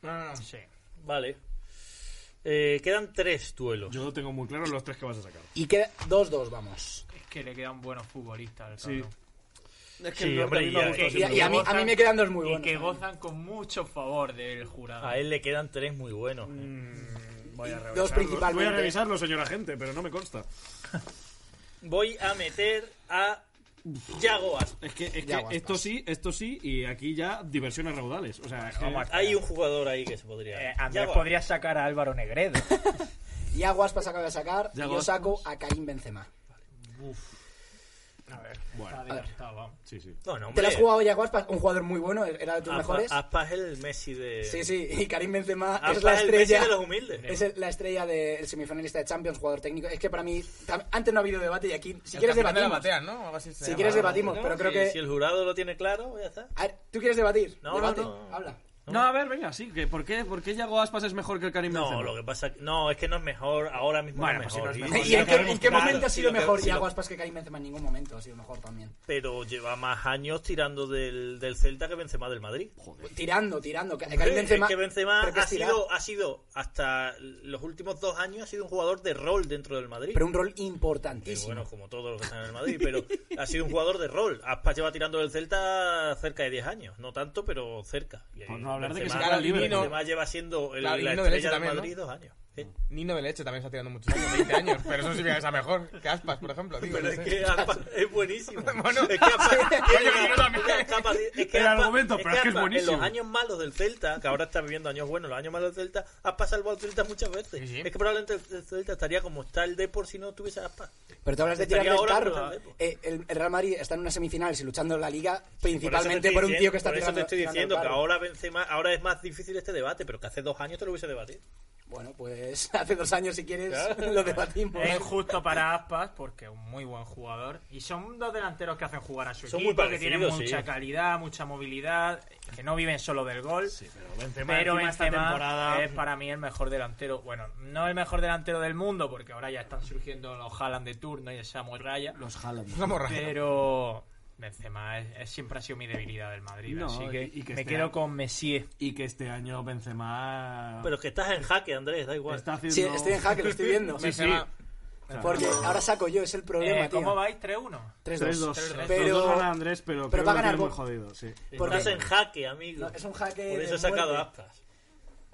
Speaker 5: No, no, no.
Speaker 4: Sí.
Speaker 3: Vale. Eh, quedan tres duelos.
Speaker 2: Yo tengo muy claro los tres que vas a sacar.
Speaker 1: y queda 2-2, vamos.
Speaker 4: Es que le quedan buenos futbolistas al
Speaker 2: Sí.
Speaker 4: cabrón.
Speaker 5: Es que
Speaker 3: Sí,
Speaker 5: el norte
Speaker 3: hombre,
Speaker 5: a mí me
Speaker 3: ya,
Speaker 5: gustó
Speaker 3: eh,
Speaker 1: Y,
Speaker 5: siempre.
Speaker 1: y a, mí, a mí me quedan dos muy
Speaker 4: Y
Speaker 1: buenos.
Speaker 4: que gozan con mucho favor del jurado.
Speaker 3: A él le quedan tres muy buenos. eh.
Speaker 2: Voy a revisarlo.
Speaker 1: Dos
Speaker 2: Voy a
Speaker 1: principalmente.
Speaker 2: revisarlo, señor agente, pero no me consta.
Speaker 3: Voy a meter a Yago Aspas.
Speaker 2: Es que, es
Speaker 1: Ya
Speaker 2: que
Speaker 1: aguantas.
Speaker 2: esto sí, esto sí, y aquí ya diversiones raudales. O sea, es que-
Speaker 4: vamos a-
Speaker 3: Hay un jugador ahí que se podría.
Speaker 4: Eh, Andrés
Speaker 3: Yago Aspas.
Speaker 4: podría sacar a Álvaro Negredo.
Speaker 1: Y a Guaspas acaba de sacar.
Speaker 2: Ya
Speaker 1: y yo
Speaker 2: Guaspas.
Speaker 1: saco a Karim Benzema.
Speaker 4: A ver,
Speaker 2: Bueno.
Speaker 4: está adelantado, vamos.
Speaker 2: Sí, sí.
Speaker 3: No, no,
Speaker 1: ¿Te
Speaker 3: hombre.
Speaker 1: lo has jugado ya, Guaspas? Un jugador muy bueno, era de tus
Speaker 3: Aspas-
Speaker 1: mejores.
Speaker 3: Aspas es el Messi de.
Speaker 1: Sí, sí, y Karim Benzema
Speaker 3: Aspas
Speaker 1: es la
Speaker 3: es el Messi
Speaker 1: estrella.
Speaker 3: de los humildes.
Speaker 1: Es el- la estrella del semifinalista de Champions, jugador técnico. Es que para mí, tam- antes no ha habido debate y aquí, si
Speaker 5: El
Speaker 1: quieres
Speaker 5: campeón de la
Speaker 1: debatimos.
Speaker 5: batea, ¿no? Algo así
Speaker 1: Si
Speaker 5: se llama.
Speaker 1: quieres debatimos,
Speaker 3: No,
Speaker 1: pero creo
Speaker 3: si-
Speaker 1: que...
Speaker 3: Si el jurado lo tiene claro, ya está.
Speaker 1: A ver, ¿tú quieres debatir?
Speaker 3: No, no,
Speaker 1: Debate,
Speaker 3: no.
Speaker 1: habla.
Speaker 2: No, a ver, venga, sí. Que, ¿Por qué, por qué Yago Aspas es mejor que el Karim
Speaker 3: No,
Speaker 2: Benzema? Ah,
Speaker 3: lo que pasa que- no, es que no es mejor, ahora mismo
Speaker 2: Bueno,
Speaker 3: no
Speaker 2: pues
Speaker 3: es
Speaker 2: si no
Speaker 3: mejor.
Speaker 2: es
Speaker 3: Y-
Speaker 2: mejor,
Speaker 1: ¿Y en qué, en qué
Speaker 3: Claro,
Speaker 1: momento ha
Speaker 3: si
Speaker 1: sido
Speaker 3: lo que-
Speaker 1: mejor
Speaker 3: si lo-
Speaker 1: Iago Aspas que Karim Benzema? En ningún momento ha sido mejor también.
Speaker 3: Pero lleva más años tirando del, del Celta que Benzema del Madrid.
Speaker 1: Tirando, tirando. Ka-
Speaker 3: Sí,
Speaker 1: Karim Benzema,
Speaker 3: es que Benzema
Speaker 1: creo que
Speaker 3: ha
Speaker 1: es tirar,
Speaker 3: sido, ha sido, hasta los últimos dos años, ha sido un jugador de rol dentro del Madrid.
Speaker 1: Pero un rol
Speaker 3: Que,
Speaker 1: importantísimo.
Speaker 3: bueno, como todos los que están en el Madrid, pero ha sido un jugador de rol. Aspas lleva tirando del Celta cerca de 10 años. No tanto, pero cerca. Y,
Speaker 2: Por no hablar de que
Speaker 3: Benzema-
Speaker 2: se queda libre.
Speaker 5: Claro,
Speaker 3: Benzema lleva siendo el-
Speaker 5: Claro, y
Speaker 3: la
Speaker 5: no derecho
Speaker 3: estrella del
Speaker 5: también, ¿no?
Speaker 3: Madrid dos años. ¿Eh?
Speaker 5: Nino de leche también está tirando muchos años, 20 años, pero eso sí me a mejor que Aspas, por ejemplo. digo,
Speaker 3: Pero
Speaker 5: no
Speaker 3: es
Speaker 5: sé.
Speaker 3: que Aspa es buenísimo.
Speaker 5: Bueno.
Speaker 3: es que Aspa-
Speaker 5: Coño, que yo también.
Speaker 3: es que Aspa- es que
Speaker 2: El
Speaker 3: Aspa-
Speaker 2: argumento, pero es que es
Speaker 3: Aspa,
Speaker 2: buenísimo.
Speaker 3: En los años malos del Celta, que ahora está viviendo años buenos, los años malos del Celta, Aspa salvó al Celta muchas veces.
Speaker 5: Sí, sí.
Speaker 3: Es que probablemente el Celta estaría como está el Depor si no tuviese Aspa.
Speaker 1: Pero tú hablas de
Speaker 3: Estaría
Speaker 1: tirar del
Speaker 3: ahora,
Speaker 1: carro.
Speaker 3: pero-
Speaker 1: Eh, el el Real Madrid está en unas semifinales y luchando en la liga
Speaker 3: Por eso te
Speaker 1: principalmente
Speaker 3: estoy
Speaker 1: por, un tío que
Speaker 3: diciendo-
Speaker 1: está
Speaker 3: por eso
Speaker 1: tirando
Speaker 3: te estoy
Speaker 1: tirando el
Speaker 3: diciendo que
Speaker 1: carro.
Speaker 3: ahora Benzema, ahora es más difícil este debate, pero que hace dos años te lo hubiese debatido.
Speaker 1: Bueno, pues hace dos años, si quieres,
Speaker 3: Claro.
Speaker 1: lo debatimos.
Speaker 2: Eh,
Speaker 4: Es injusto para Aspas porque es un muy buen jugador. Y son dos delanteros que hacen jugar a su
Speaker 3: Son muy
Speaker 4: equipo, que tienen
Speaker 3: parecidos,
Speaker 4: mucha
Speaker 3: sí.
Speaker 4: calidad, mucha movilidad, que no viven solo del gol.
Speaker 2: Sí, pero Benzema,
Speaker 4: Pero
Speaker 2: encima esta
Speaker 4: Benzema
Speaker 2: temporada
Speaker 4: es para mí el mejor delantero. Bueno, no el mejor delantero del mundo, porque ahora ya están surgiendo los Haaland de turno y el Samuel Raya.
Speaker 2: los jalan.
Speaker 5: Somos raros.
Speaker 4: Pero Benzema es, es- siempre ha sido mi debilidad del Madrid.
Speaker 2: No,
Speaker 4: así que,
Speaker 2: y- y que
Speaker 4: me
Speaker 2: esté-
Speaker 4: quedo con Messier.
Speaker 2: Y que este año Benzema
Speaker 3: Pero es que estás en jaque, Andrés, da igual.
Speaker 2: Ah. está haciendo
Speaker 1: Sí, estoy en jaque, lo estoy viendo.
Speaker 2: Sí, sí.
Speaker 5: Benzema.
Speaker 2: Claro.
Speaker 1: Porque ahora saco yo, es el problema,
Speaker 4: Eh, ¿Cómo
Speaker 1: tío.
Speaker 4: vais? 3-1.
Speaker 1: 3-2.
Speaker 2: 3-2. Los
Speaker 1: Pero-
Speaker 2: dos ganan Andrés, pero,
Speaker 1: pero
Speaker 2: creo
Speaker 1: va a
Speaker 2: que lo
Speaker 1: ganar
Speaker 2: tiene muy
Speaker 1: Bo-
Speaker 2: jodido, sí.
Speaker 1: porque-
Speaker 3: Estás en jaque, amigo.
Speaker 1: No, es un jaque
Speaker 3: Por
Speaker 1: de
Speaker 3: eso he sacado
Speaker 1: muerte.
Speaker 3: aspas.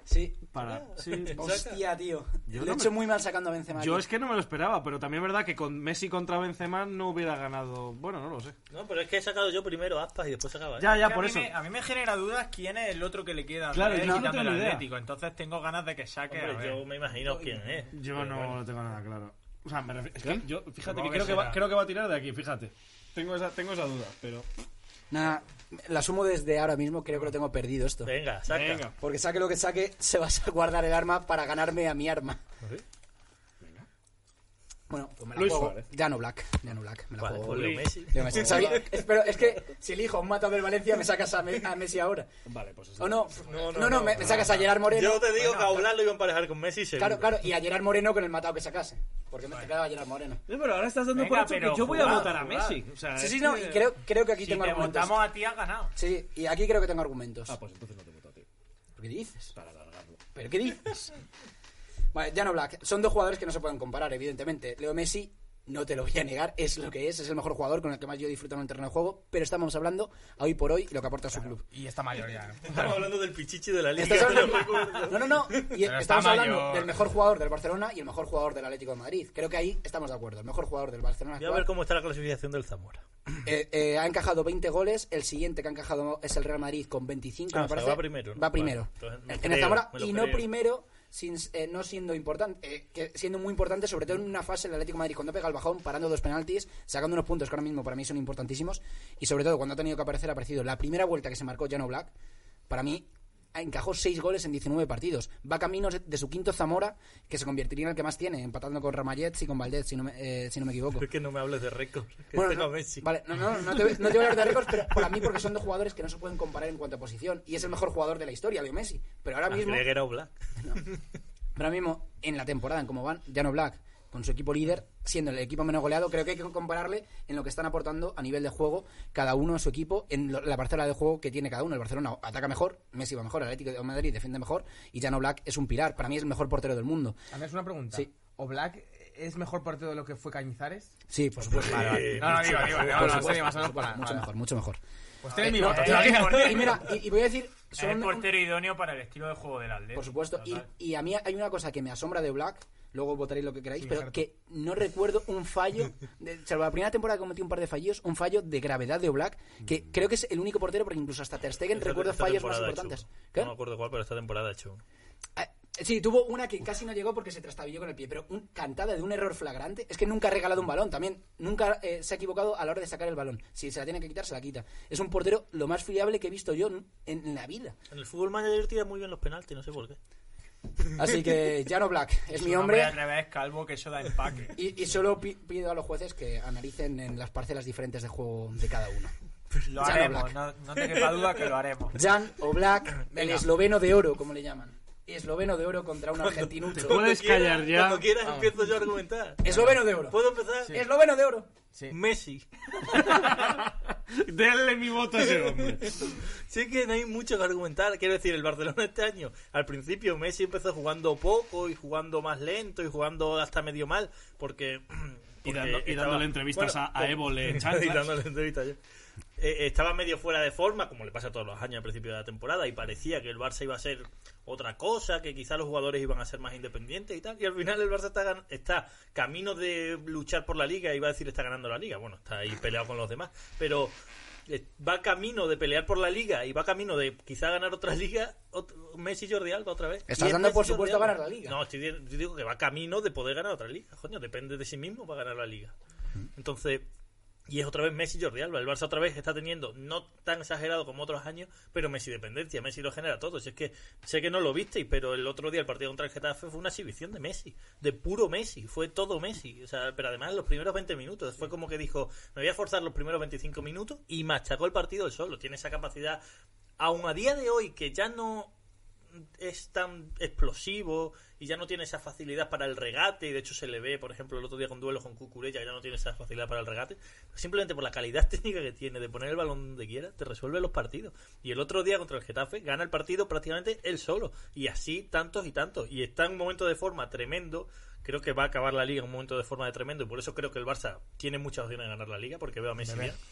Speaker 1: Sí.
Speaker 2: Para, sí.
Speaker 1: Hostia, tío.
Speaker 2: Yo
Speaker 1: lo
Speaker 2: no
Speaker 1: he
Speaker 2: me-
Speaker 1: hecho muy mal sacando a Benzema.
Speaker 2: Yo
Speaker 1: aquí.
Speaker 2: es que no me lo esperaba, pero también es verdad que con Messi contra Benzema no hubiera ganado. Bueno, no lo sé.
Speaker 3: No, pero es que he sacado yo primero aspas y después sacaba. él.
Speaker 2: Ah, Ya, ya,
Speaker 4: Que
Speaker 2: por
Speaker 4: a mí
Speaker 2: eso.
Speaker 4: me- a mí me genera dudas quién es el otro que le queda.
Speaker 2: Claro,
Speaker 4: Andrés,
Speaker 2: yo no
Speaker 4: quitando
Speaker 2: tengo
Speaker 4: el
Speaker 2: ni idea.
Speaker 4: Atlético. Entonces tengo ganas de que saque. a
Speaker 3: Hombre,
Speaker 4: ver.
Speaker 3: yo me imagino quién es.
Speaker 2: Yo
Speaker 3: Pero
Speaker 2: no
Speaker 3: bueno.
Speaker 2: lo tengo nada claro. O sea, me refiero, es que yo, fíjate
Speaker 4: Supongo
Speaker 2: que
Speaker 4: que
Speaker 2: creo que, va,
Speaker 4: será.
Speaker 2: creo que va a tirar de aquí, fíjate. Tengo esa, tengo esa duda, pero.
Speaker 1: Nada, la sumo desde ahora mismo, creo que lo tengo perdido esto.
Speaker 3: Venga, saca.
Speaker 2: Venga.
Speaker 1: Porque saque lo que saque, se va a guardar el arma para ganarme a mi arma. Bueno, pues me la
Speaker 2: Luis
Speaker 1: juego.
Speaker 2: Suárez.
Speaker 1: Gano Black, gano Black, me la
Speaker 3: Vale,
Speaker 1: juego.
Speaker 3: pues Leo
Speaker 2: Uli.
Speaker 3: Messi.
Speaker 1: Leo Messi. Sabía- es- Pero es que si elijo un matador del Valencia, me sacas a, Me- a Messi ahora.
Speaker 2: Vale, pues eso.
Speaker 1: ¿O no?
Speaker 3: No,
Speaker 1: No,
Speaker 3: no,
Speaker 1: no,
Speaker 3: no,
Speaker 1: me, me sacas a Gerard Moreno.
Speaker 3: Yo te digo que a Oblak lo iba a emparejar con Messi seguro.
Speaker 1: Claro, claro, y a Gerard Moreno con el matado que sacase. Porque me quedaba Gerard Moreno.
Speaker 2: pero ahora estás dando
Speaker 4: Venga,
Speaker 2: por hecho
Speaker 4: pero
Speaker 2: que yo voy
Speaker 4: jugad,
Speaker 2: a votar a
Speaker 4: jugad.
Speaker 2: Messi. O sea,
Speaker 1: Sí,
Speaker 2: es
Speaker 1: sí, no,
Speaker 2: que-
Speaker 1: y creo, creo que aquí
Speaker 4: Si
Speaker 1: tengo
Speaker 4: te
Speaker 1: argumentos.
Speaker 4: votamos a ti, has ganado.
Speaker 1: Sí, y aquí creo que tengo argumentos.
Speaker 2: Ah, pues entonces no te voto a ti.
Speaker 1: ¿Pero qué dices?
Speaker 2: Para alargarlo.
Speaker 1: ¿Pero qué dices? Vale, Jan Black. Son dos jugadores que no se pueden comparar, evidentemente. Leo Messi, no te lo voy a negar, es lo que es. Es el mejor jugador con el que más yo disfruto en el terreno de juego. Pero estamos hablando a hoy por hoy y lo que aporta a su club.
Speaker 5: Y esta mayoría. ¿no?
Speaker 3: Estamos hablando del pichichi de la liga.
Speaker 1: Estás hablando-
Speaker 3: pero bueno.
Speaker 1: No, no, no. Y
Speaker 5: Pero
Speaker 1: estamos
Speaker 5: está
Speaker 1: hablando
Speaker 5: mayor.
Speaker 1: del mejor jugador del Barcelona y el mejor jugador del Atlético de Madrid. Creo que ahí estamos de acuerdo. El mejor jugador del Barcelona
Speaker 3: Voy a ver
Speaker 1: actual,
Speaker 3: cómo está la clasificación del Zamora.
Speaker 1: eh, eh, ha encajado 20 goles. El siguiente que ha encajado es el Real Madrid con 25,
Speaker 3: Ah,
Speaker 1: me
Speaker 3: o sea,
Speaker 1: parece.
Speaker 3: va primero, ¿no?
Speaker 1: Va primero.
Speaker 3: Vale, entonces me
Speaker 1: en
Speaker 3: creo,
Speaker 1: el Zamora.
Speaker 3: me lo
Speaker 1: Y no
Speaker 3: creo.
Speaker 1: primero, sin, eh, no siendo importante, eh, que siendo muy importante, sobre todo en una fase del Atlético de Madrid, cuando pega el bajón, parando dos penaltis, sacando unos puntos que ahora mismo para mí son importantísimos. Y sobre todo cuando ha tenido que aparecer, ha aparecido. La primera vuelta que se marcó Jano Black, para mí encajó 6 goles en 19 partidos. Va camino de de su quinto Zamora, que se convertiría en el que más tiene, empatando con Ramallets y con Valdez, si no me, eh, si no me equivoco.
Speaker 3: Es que no me hables de récord. Que
Speaker 1: Bueno,
Speaker 3: tengo a
Speaker 1: no,
Speaker 3: Messi.
Speaker 1: Vale, no, no, no te, no te voy a hablar de récords, pero para mí porque son dos jugadores que no se pueden comparar en cuanto a posición. Y es el mejor jugador de la historia, Leo Messi. Pero ahora
Speaker 3: Ah,
Speaker 1: mismo,
Speaker 3: creía que era Oblak.
Speaker 1: pero ahora mismo en la temporada, en cómo van, Jano Black, con su equipo líder, siendo el equipo menos goleado, creo que hay que compararle en lo que están aportando a nivel de juego cada uno a su equipo, en lo- la parcela de juego que tiene cada uno. El Barcelona ataca mejor, Messi va mejor, el Atlético de Madrid defiende mejor y Jano Black es un pilar. Para mí es el mejor portero del mundo.
Speaker 5: Andrés, una pregunta.
Speaker 1: Sí.
Speaker 5: ¿O Black es mejor partido de lo que fue Cañizares?
Speaker 1: Sí, por supuesto.
Speaker 3: Eh,
Speaker 5: No, no, digo, digo, no, no,
Speaker 1: Por
Speaker 5: en
Speaker 1: supuesto,
Speaker 5: serio,
Speaker 1: por
Speaker 5: más o menos
Speaker 1: supuesto,
Speaker 5: para-
Speaker 1: mucho
Speaker 5: para-
Speaker 1: mejor, mucho mejor.
Speaker 5: Pues tenéis mi
Speaker 1: No,
Speaker 5: voto.
Speaker 1: eh, y mira, y, y voy a decir,
Speaker 4: Es
Speaker 3: Eh,
Speaker 1: son-
Speaker 4: el portero idóneo para el estilo de juego del Atlético.
Speaker 1: por supuesto, y,
Speaker 4: Total.
Speaker 1: y a mí hay una cosa que me asombra de Black, luego votaréis lo que queráis,
Speaker 5: Sí,
Speaker 1: pero
Speaker 5: cierto.
Speaker 1: que no recuerdo un fallo, de, salvo la primera temporada que cometí un par de fallos, un fallo de gravedad de Black, que creo que es el único portero, porque incluso hasta Ter Stegen
Speaker 3: Mm. esta-
Speaker 1: recuerdo
Speaker 3: esta
Speaker 1: fallos más
Speaker 3: temporada
Speaker 1: importantes.
Speaker 3: ha hecho.
Speaker 1: ¿Qué?
Speaker 3: No me acuerdo cuál, pero esta temporada ha hecho.
Speaker 1: Ah, Sí, tuvo una que casi no llegó porque se trastabilló con el pie, pero un, cantada de un error flagrante. Es que nunca ha regalado un balón también. Nunca eh, se ha equivocado a la hora de sacar el balón. Si se la tiene que quitar, se la quita. Es un portero lo más fiable que he visto yo en, en la vida.
Speaker 3: En el fútbol manager tira muy bien los penaltis, no sé por qué.
Speaker 1: Así que Jano Black es
Speaker 4: Su
Speaker 1: mi
Speaker 4: nombre
Speaker 1: hombre.
Speaker 4: al revés, calvo, que eso da empaque.
Speaker 1: Y, y solo pi- pido a los jueces que analicen en las parcelas diferentes de juego de cada uno.
Speaker 2: Pues
Speaker 4: Lo
Speaker 1: Jan
Speaker 4: haremos,
Speaker 1: Oblak.
Speaker 4: no, no te quepa duda que lo haremos.
Speaker 1: Jan o Black, el esloveno de oro, como le llaman. Esloveno de oro contra un
Speaker 2: Te
Speaker 1: argentinucho.
Speaker 2: puedes
Speaker 3: Cuando
Speaker 2: callar
Speaker 3: quieras-
Speaker 2: ya. Ah.
Speaker 3: Cuando quieras empiezo yo a argumentar.
Speaker 1: Esloveno de oro.
Speaker 3: ¿Puedo empezar?
Speaker 1: Esloveno de oro.
Speaker 5: Sí.
Speaker 3: Messi.
Speaker 2: Denle mi voto a ese hombre.
Speaker 3: Sí que no hay mucho que argumentar. Quiero decir, el Barcelona este año, al principio Messi empezó jugando poco y jugando más lento y jugando hasta medio mal, porque
Speaker 2: Y,
Speaker 3: porque
Speaker 2: dando- y
Speaker 3: estaba-
Speaker 2: dándole entrevistas
Speaker 3: bueno,
Speaker 2: a, a Évole
Speaker 3: Y
Speaker 2: Chanclas.
Speaker 3: dándole entrevistas, yo. Eh, estaba medio fuera de forma, como le pasa todos los años al principio de la temporada, y parecía que el Barça iba a ser otra cosa, que quizá los jugadores iban a ser más independientes y tal. Y al final el Barça está, gan- está camino de luchar por la liga, iba a decir está ganando la liga, bueno, está ahí peleado con los demás, pero eh, va camino de pelear por la liga y va camino de quizá ganar otra liga, ot- Messi y Jordi Alba otra vez.
Speaker 1: Estás
Speaker 3: Y es
Speaker 1: dando por
Speaker 3: Messi y Jordi
Speaker 1: supuesto
Speaker 3: Alba.
Speaker 1: ganar la liga.
Speaker 3: No, estoy, di- yo digo que va camino de poder ganar otra liga, coño, depende de sí mismo para ganar la liga.
Speaker 1: Mm.
Speaker 3: Entonces, y es otra vez Messi y Jordi Alba. El Barça otra vez está teniendo, no tan exagerado como otros años, pero Messi dependencia. Messi lo genera todo. Si es que sé que no lo visteis, pero el otro día el partido contra el Getafe fue una exhibición de Messi, de puro Messi. Fue todo Messi. O sea, pero además en los primeros 20 minutos. Fue como que dijo, me voy a forzar los primeros 25 minutos y machacó el partido él solo. Tiene esa capacidad, aun a día de hoy, que ya no es tan explosivo y ya no tiene esa facilidad para el regate. Y de hecho se le ve, por ejemplo, el otro día con duelo con Cucurella, ya no tiene esa facilidad para el regate. Simplemente por la calidad técnica que tiene de poner el balón donde quiera, te resuelve los partidos. Y el otro día contra el Getafe gana el partido prácticamente él solo. Y así tantos y tantos. Y está en un momento de forma tremendo. Creo que va a acabar la liga en un momento de forma de tremendo. Y por eso creo que el Barça tiene muchas opciones de ganar la liga, porque veo a Messi bien.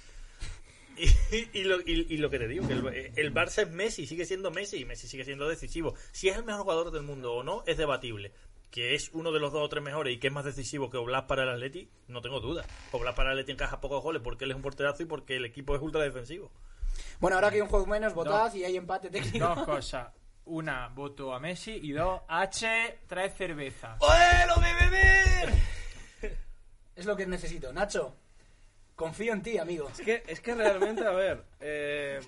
Speaker 3: Y, y lo, y- y lo que te digo, que el, el Barça es Messi, sigue siendo Messi y Messi sigue siendo decisivo. Si es el mejor jugador del mundo o no, es debatible. Que es uno de los dos o tres mejores y que es más decisivo que Oblak para el Atleti, no tengo duda. Oblak para el Atleti encaja pocos goles porque él es un porterazo y porque el equipo es ultra defensivo.
Speaker 1: Bueno, ahora que hay un juego menos, votad y hay empate técnico.
Speaker 4: Dos cosas. Una, voto a Messi. Y dos, H, trae cerveza.
Speaker 1: Es lo que necesito. Nacho, confío en ti, amigo.
Speaker 2: Es que, es que realmente, a ver. eh,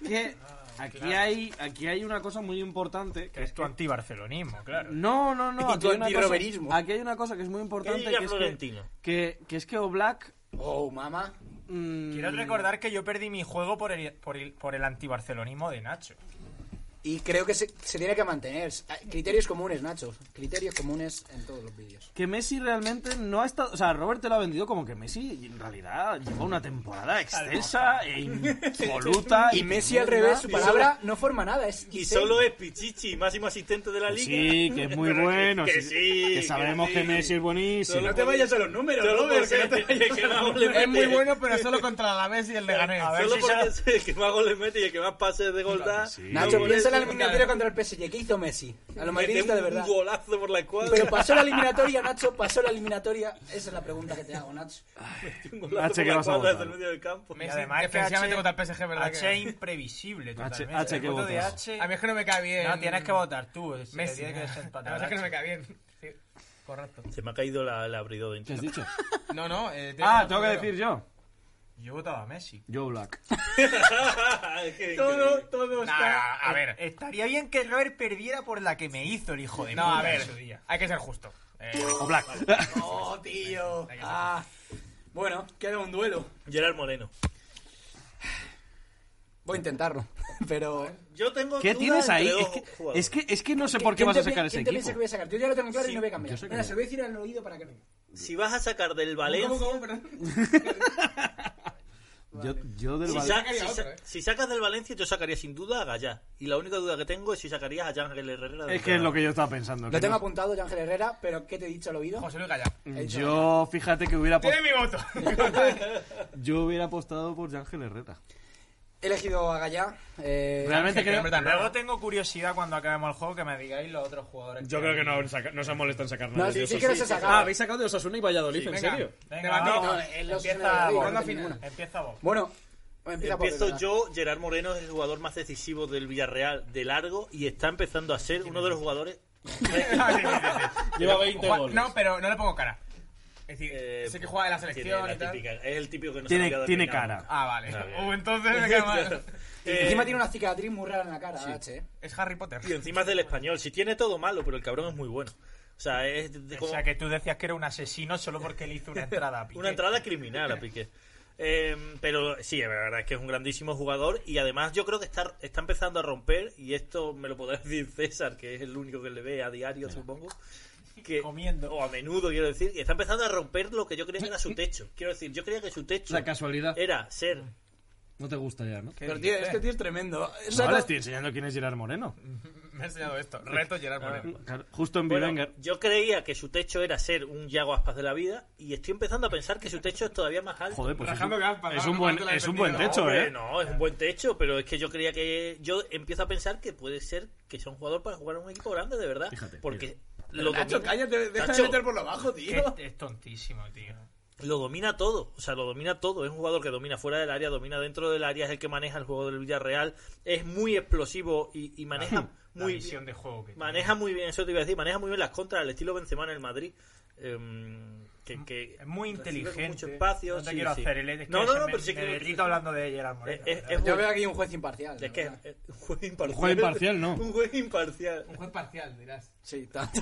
Speaker 2: es que aquí hay, aquí hay una cosa muy importante. Que
Speaker 4: Que es tu antibarcelonismo, claro.
Speaker 2: no, no, no.
Speaker 1: Y tu
Speaker 2: Aquí hay, una
Speaker 1: antirroberismo.
Speaker 2: cosa, aquí hay una cosa que es muy
Speaker 3: ¿Qué
Speaker 2: importante.
Speaker 3: diría
Speaker 2: Que es que,
Speaker 3: Florentino?
Speaker 2: que, que es que Oblak.
Speaker 1: Oh, mamá.
Speaker 2: mm,
Speaker 4: Quiero recordar que yo perdí mi juego por el, por el, por el antibarcelonismo de Nacho.
Speaker 1: Y creo que se, se tiene que mantener. Ah, Criterios comunes, Nacho. Criterios comunes en todos los vídeos.
Speaker 2: que Messi realmente no ha estado. O sea, Robert te lo ha vendido como que Messi en realidad lleva una temporada extensa e impoluta.
Speaker 1: Y Messi al
Speaker 2: tremenda.
Speaker 1: revés, su palabra no forma nada. Es
Speaker 3: Y solo es Pichichi, máximo asistente de la
Speaker 2: Que
Speaker 3: liga.
Speaker 2: Sí, que es muy
Speaker 3: Pero
Speaker 2: bueno.
Speaker 3: Que
Speaker 2: sí,
Speaker 3: sí.
Speaker 2: que sabemos que,
Speaker 3: sí.
Speaker 2: Messi es buenísimo.
Speaker 3: Solo por-
Speaker 1: a los números,
Speaker 3: solo por
Speaker 1: Robert, que
Speaker 3: ser
Speaker 1: no te vayas
Speaker 3: el que más goles
Speaker 5: Es muy
Speaker 3: mete.
Speaker 5: bueno, pero solo contra la vez y el Leganés.
Speaker 4: A ver
Speaker 3: Solo
Speaker 4: si
Speaker 3: porque
Speaker 4: se-
Speaker 3: es el que más goles mete y el que más pases de gol da.
Speaker 2: sí.
Speaker 1: Nacho, piensa en la
Speaker 3: No, goles-
Speaker 1: eliminatoria contra el PSG. ¿Qué hizo Messi? A lo madridista de
Speaker 3: Mete
Speaker 1: verdad.
Speaker 3: Un golazo por la escuadra.
Speaker 1: Pero pasó la eliminatoria, Nacho, pasó la eliminatoria. Esa es la pregunta que te hago, Nacho.
Speaker 3: Un golazo
Speaker 2: H, Ah,
Speaker 3: por
Speaker 2: que
Speaker 3: la
Speaker 2: vas a
Speaker 3: escuadra
Speaker 2: votar.
Speaker 3: desde el medio del campo.
Speaker 4: Y
Speaker 5: Messi,
Speaker 4: además que
Speaker 5: defensivamente
Speaker 4: H-
Speaker 5: contra el PSG, ¿verdad
Speaker 4: H
Speaker 5: que-
Speaker 4: es imprevisible totalmente.
Speaker 2: H,
Speaker 4: El
Speaker 2: ¿qué
Speaker 4: voto de
Speaker 2: votas?
Speaker 4: H...
Speaker 5: A mí es que no me cae bien.
Speaker 4: No, tienes que votar tú. se
Speaker 5: Messi.
Speaker 4: tiene que
Speaker 5: La
Speaker 4: desempatar
Speaker 5: verdad es que no me
Speaker 4: H.
Speaker 5: cae bien. Sí, correcto.
Speaker 3: Se me ha caído la, la abridor de
Speaker 2: ¿Qué has
Speaker 3: internet.
Speaker 2: dicho?
Speaker 5: No, no. eh, tienes
Speaker 2: ah,
Speaker 5: votar
Speaker 2: tengo que
Speaker 5: primero.
Speaker 2: decir yo.
Speaker 4: Yo votaba a Messi.
Speaker 2: Yo Black.
Speaker 3: Ah, Todo-
Speaker 4: todo
Speaker 5: está-
Speaker 4: a ver. Estaría bien que Robert perdiera por la que me hizo el hijo de
Speaker 5: No,
Speaker 4: puta
Speaker 5: a
Speaker 4: en
Speaker 5: ver.
Speaker 4: su día.
Speaker 5: Hay que ser justo. Eh,
Speaker 2: O Black.
Speaker 1: Oh, tío. Ah. Bueno, queda un duelo.
Speaker 3: Gerard Moreno.
Speaker 1: Voy a intentarlo, pero...
Speaker 3: Yo tengo
Speaker 2: ¿Qué
Speaker 3: duda
Speaker 2: tienes
Speaker 3: entre
Speaker 2: ahí?
Speaker 3: dos
Speaker 2: Es que,
Speaker 3: jugadores.
Speaker 2: es, que, es que no sé por qué
Speaker 1: ¿Quién
Speaker 2: vas a
Speaker 1: te-
Speaker 2: sacar ese
Speaker 1: quién te piensa que voy
Speaker 2: equipo.
Speaker 1: a sacar? Yo ya lo tengo claro y no voy a cambiar.
Speaker 2: yo sé que
Speaker 1: Mira,
Speaker 2: no.
Speaker 1: se lo voy a decir al oído para que no...
Speaker 3: Si vas a sacar del Valencia...
Speaker 2: Yo, yo del
Speaker 3: Si,
Speaker 2: Val-
Speaker 3: sa-
Speaker 5: sacaría
Speaker 3: si sa-
Speaker 5: otro, eh.
Speaker 3: si sacas del Valencia, yo sacaría sin duda a Gallá. Y la única duda que tengo es si sacarías a Ángel Herrera. del
Speaker 2: Es que es lo
Speaker 3: Granada.
Speaker 2: que yo estaba pensando.
Speaker 1: Lo
Speaker 2: que
Speaker 1: tengo
Speaker 2: no-
Speaker 1: apuntado, Ángel Herrera, pero ¿qué te he dicho al oído?
Speaker 5: José Luis Gallá.
Speaker 2: Yo, fíjate que hubiera
Speaker 5: Tiene
Speaker 2: apostado,
Speaker 5: mi voto.
Speaker 2: yo hubiera apostado por Ángel Herrera.
Speaker 1: He elegido a Gallá. eh,
Speaker 2: Realmente
Speaker 5: Ángel,
Speaker 2: creo.
Speaker 5: hombre, tan
Speaker 4: Luego
Speaker 5: raro.
Speaker 4: tengo curiosidad cuando acabemos el juego que me digáis los otros jugadores.
Speaker 6: Yo creo que no, han saca- no se han molestado en sacar
Speaker 1: No,
Speaker 6: nada.
Speaker 1: sí,
Speaker 6: de
Speaker 1: sí
Speaker 6: esos.
Speaker 1: que los he sacado.
Speaker 6: Ah, habéis sacado de Osasuna y Valladolid, ¿en
Speaker 5: Venga.
Speaker 6: serio?
Speaker 4: Venga,
Speaker 5: Debatimos.
Speaker 4: vamos.
Speaker 1: No, el Osasuna
Speaker 4: empieza
Speaker 1: Madrid,
Speaker 4: vos.
Speaker 1: ronda final.
Speaker 4: Empieza vos.
Speaker 1: Bueno, empieza por
Speaker 3: Empiezo
Speaker 1: Gallá.
Speaker 3: yo, Gerard Moreno es el jugador más decisivo del Villarreal de largo y está empezando a ser uno de los jugadores...
Speaker 6: Lleva 20
Speaker 5: Juan-
Speaker 6: goles.
Speaker 5: No, pero no le pongo cara. Es decir,
Speaker 3: Eh,
Speaker 5: sé que juega de la
Speaker 3: tiene
Speaker 5: selección
Speaker 3: la
Speaker 5: y tal.
Speaker 3: típica- es el típico que no se ha
Speaker 2: Tiene,
Speaker 3: cambiado
Speaker 2: tiene
Speaker 3: de peinado.
Speaker 2: cara.
Speaker 5: Ah, vale.
Speaker 3: Está bien.
Speaker 5: Uh, entonces me queda mal.
Speaker 3: Eh,
Speaker 1: Encima tiene una cicatriz muy rara en la cara, H, eh.
Speaker 5: Es Harry Potter.
Speaker 3: Y encima es del español. Si tiene todo malo, pero el cabrón es muy bueno. O sea, es de- de-
Speaker 4: O
Speaker 3: como
Speaker 4: sea que tú decías que era un asesino solo porque le hizo una entrada a Piqué.
Speaker 3: una entrada criminal a Piqué. Eh, pero sí, la verdad es que es un grandísimo jugador y además yo creo que está, está empezando a romper, y esto me lo podrá decir César, que es el único que le ve a diario, supongo. Que,
Speaker 4: Comiendo.
Speaker 3: O a menudo, quiero decir. Y está empezando a romper lo que yo creía que era su techo. Quiero decir, yo creía que su techo
Speaker 4: Mm.
Speaker 2: La casualidad.
Speaker 3: era ser
Speaker 2: No te gusta ya, ¿no?
Speaker 1: Pero tío, este tío es tremendo. O sea,
Speaker 2: Ahora
Speaker 1: no-
Speaker 2: estoy enseñando quién es Gerard Moreno.
Speaker 5: Me ha enseñado esto. Reto Gerard Moreno.
Speaker 2: Claro, Justo en
Speaker 3: Bueno,
Speaker 2: Bivenger.
Speaker 3: yo creía que su techo era ser un Yago Aspas de la vida y estoy empezando a pensar que su techo es todavía más alto.
Speaker 2: Joder, pues es un,
Speaker 5: Rajando gafas,
Speaker 2: es un
Speaker 5: ¿no?
Speaker 2: buen,
Speaker 5: Te la he
Speaker 2: es un buen
Speaker 5: vendido.
Speaker 2: techo,
Speaker 3: No, hombre,
Speaker 2: ¿eh?
Speaker 3: No, es un buen techo, pero es que yo creía que. Yo empiezo a pensar que puede ser que sea un jugador para jugar en un equipo grande, de verdad.
Speaker 2: Fíjate,
Speaker 3: porque
Speaker 1: Pero,
Speaker 3: lo
Speaker 1: Nacho,
Speaker 3: domina,
Speaker 1: cállate, deja
Speaker 3: Nacho.
Speaker 1: de meter por lo bajo,
Speaker 4: Que
Speaker 1: tío.
Speaker 4: es, es tontísimo, tío.
Speaker 3: lo domina todo. O sea, lo domina todo. Es un jugador que domina fuera del área, domina dentro del área, es el que maneja el juego del Villarreal. Es muy explosivo y, y
Speaker 2: Ah,
Speaker 3: maneja
Speaker 4: La
Speaker 3: muy
Speaker 4: visión de juego que tiene.
Speaker 3: Maneja muy bien, eso te iba a decir, maneja muy bien las contras al estilo Benzema en el Madrid. em, que, que
Speaker 4: Es muy
Speaker 3: recibe con
Speaker 4: inteligente.
Speaker 3: Mucho espacio,
Speaker 4: no te
Speaker 3: sí,
Speaker 4: quiero
Speaker 3: sí.
Speaker 4: hacer el es que
Speaker 3: No, no,
Speaker 4: se
Speaker 3: no,
Speaker 4: me-
Speaker 3: pero sí que.
Speaker 4: me derrito hablando de Gerard
Speaker 3: Es,
Speaker 4: Moreno.
Speaker 3: es-
Speaker 4: la
Speaker 3: es
Speaker 4: verdad.
Speaker 1: Yo
Speaker 3: muy-
Speaker 1: veo aquí un juez imparcial.
Speaker 3: es
Speaker 1: la
Speaker 3: que
Speaker 1: verdad.
Speaker 3: es un juez imparcial.
Speaker 2: Un juez imparcial, no.
Speaker 3: Un juez imparcial.
Speaker 5: Un juez parcial, dirás.
Speaker 1: Sí, tanto.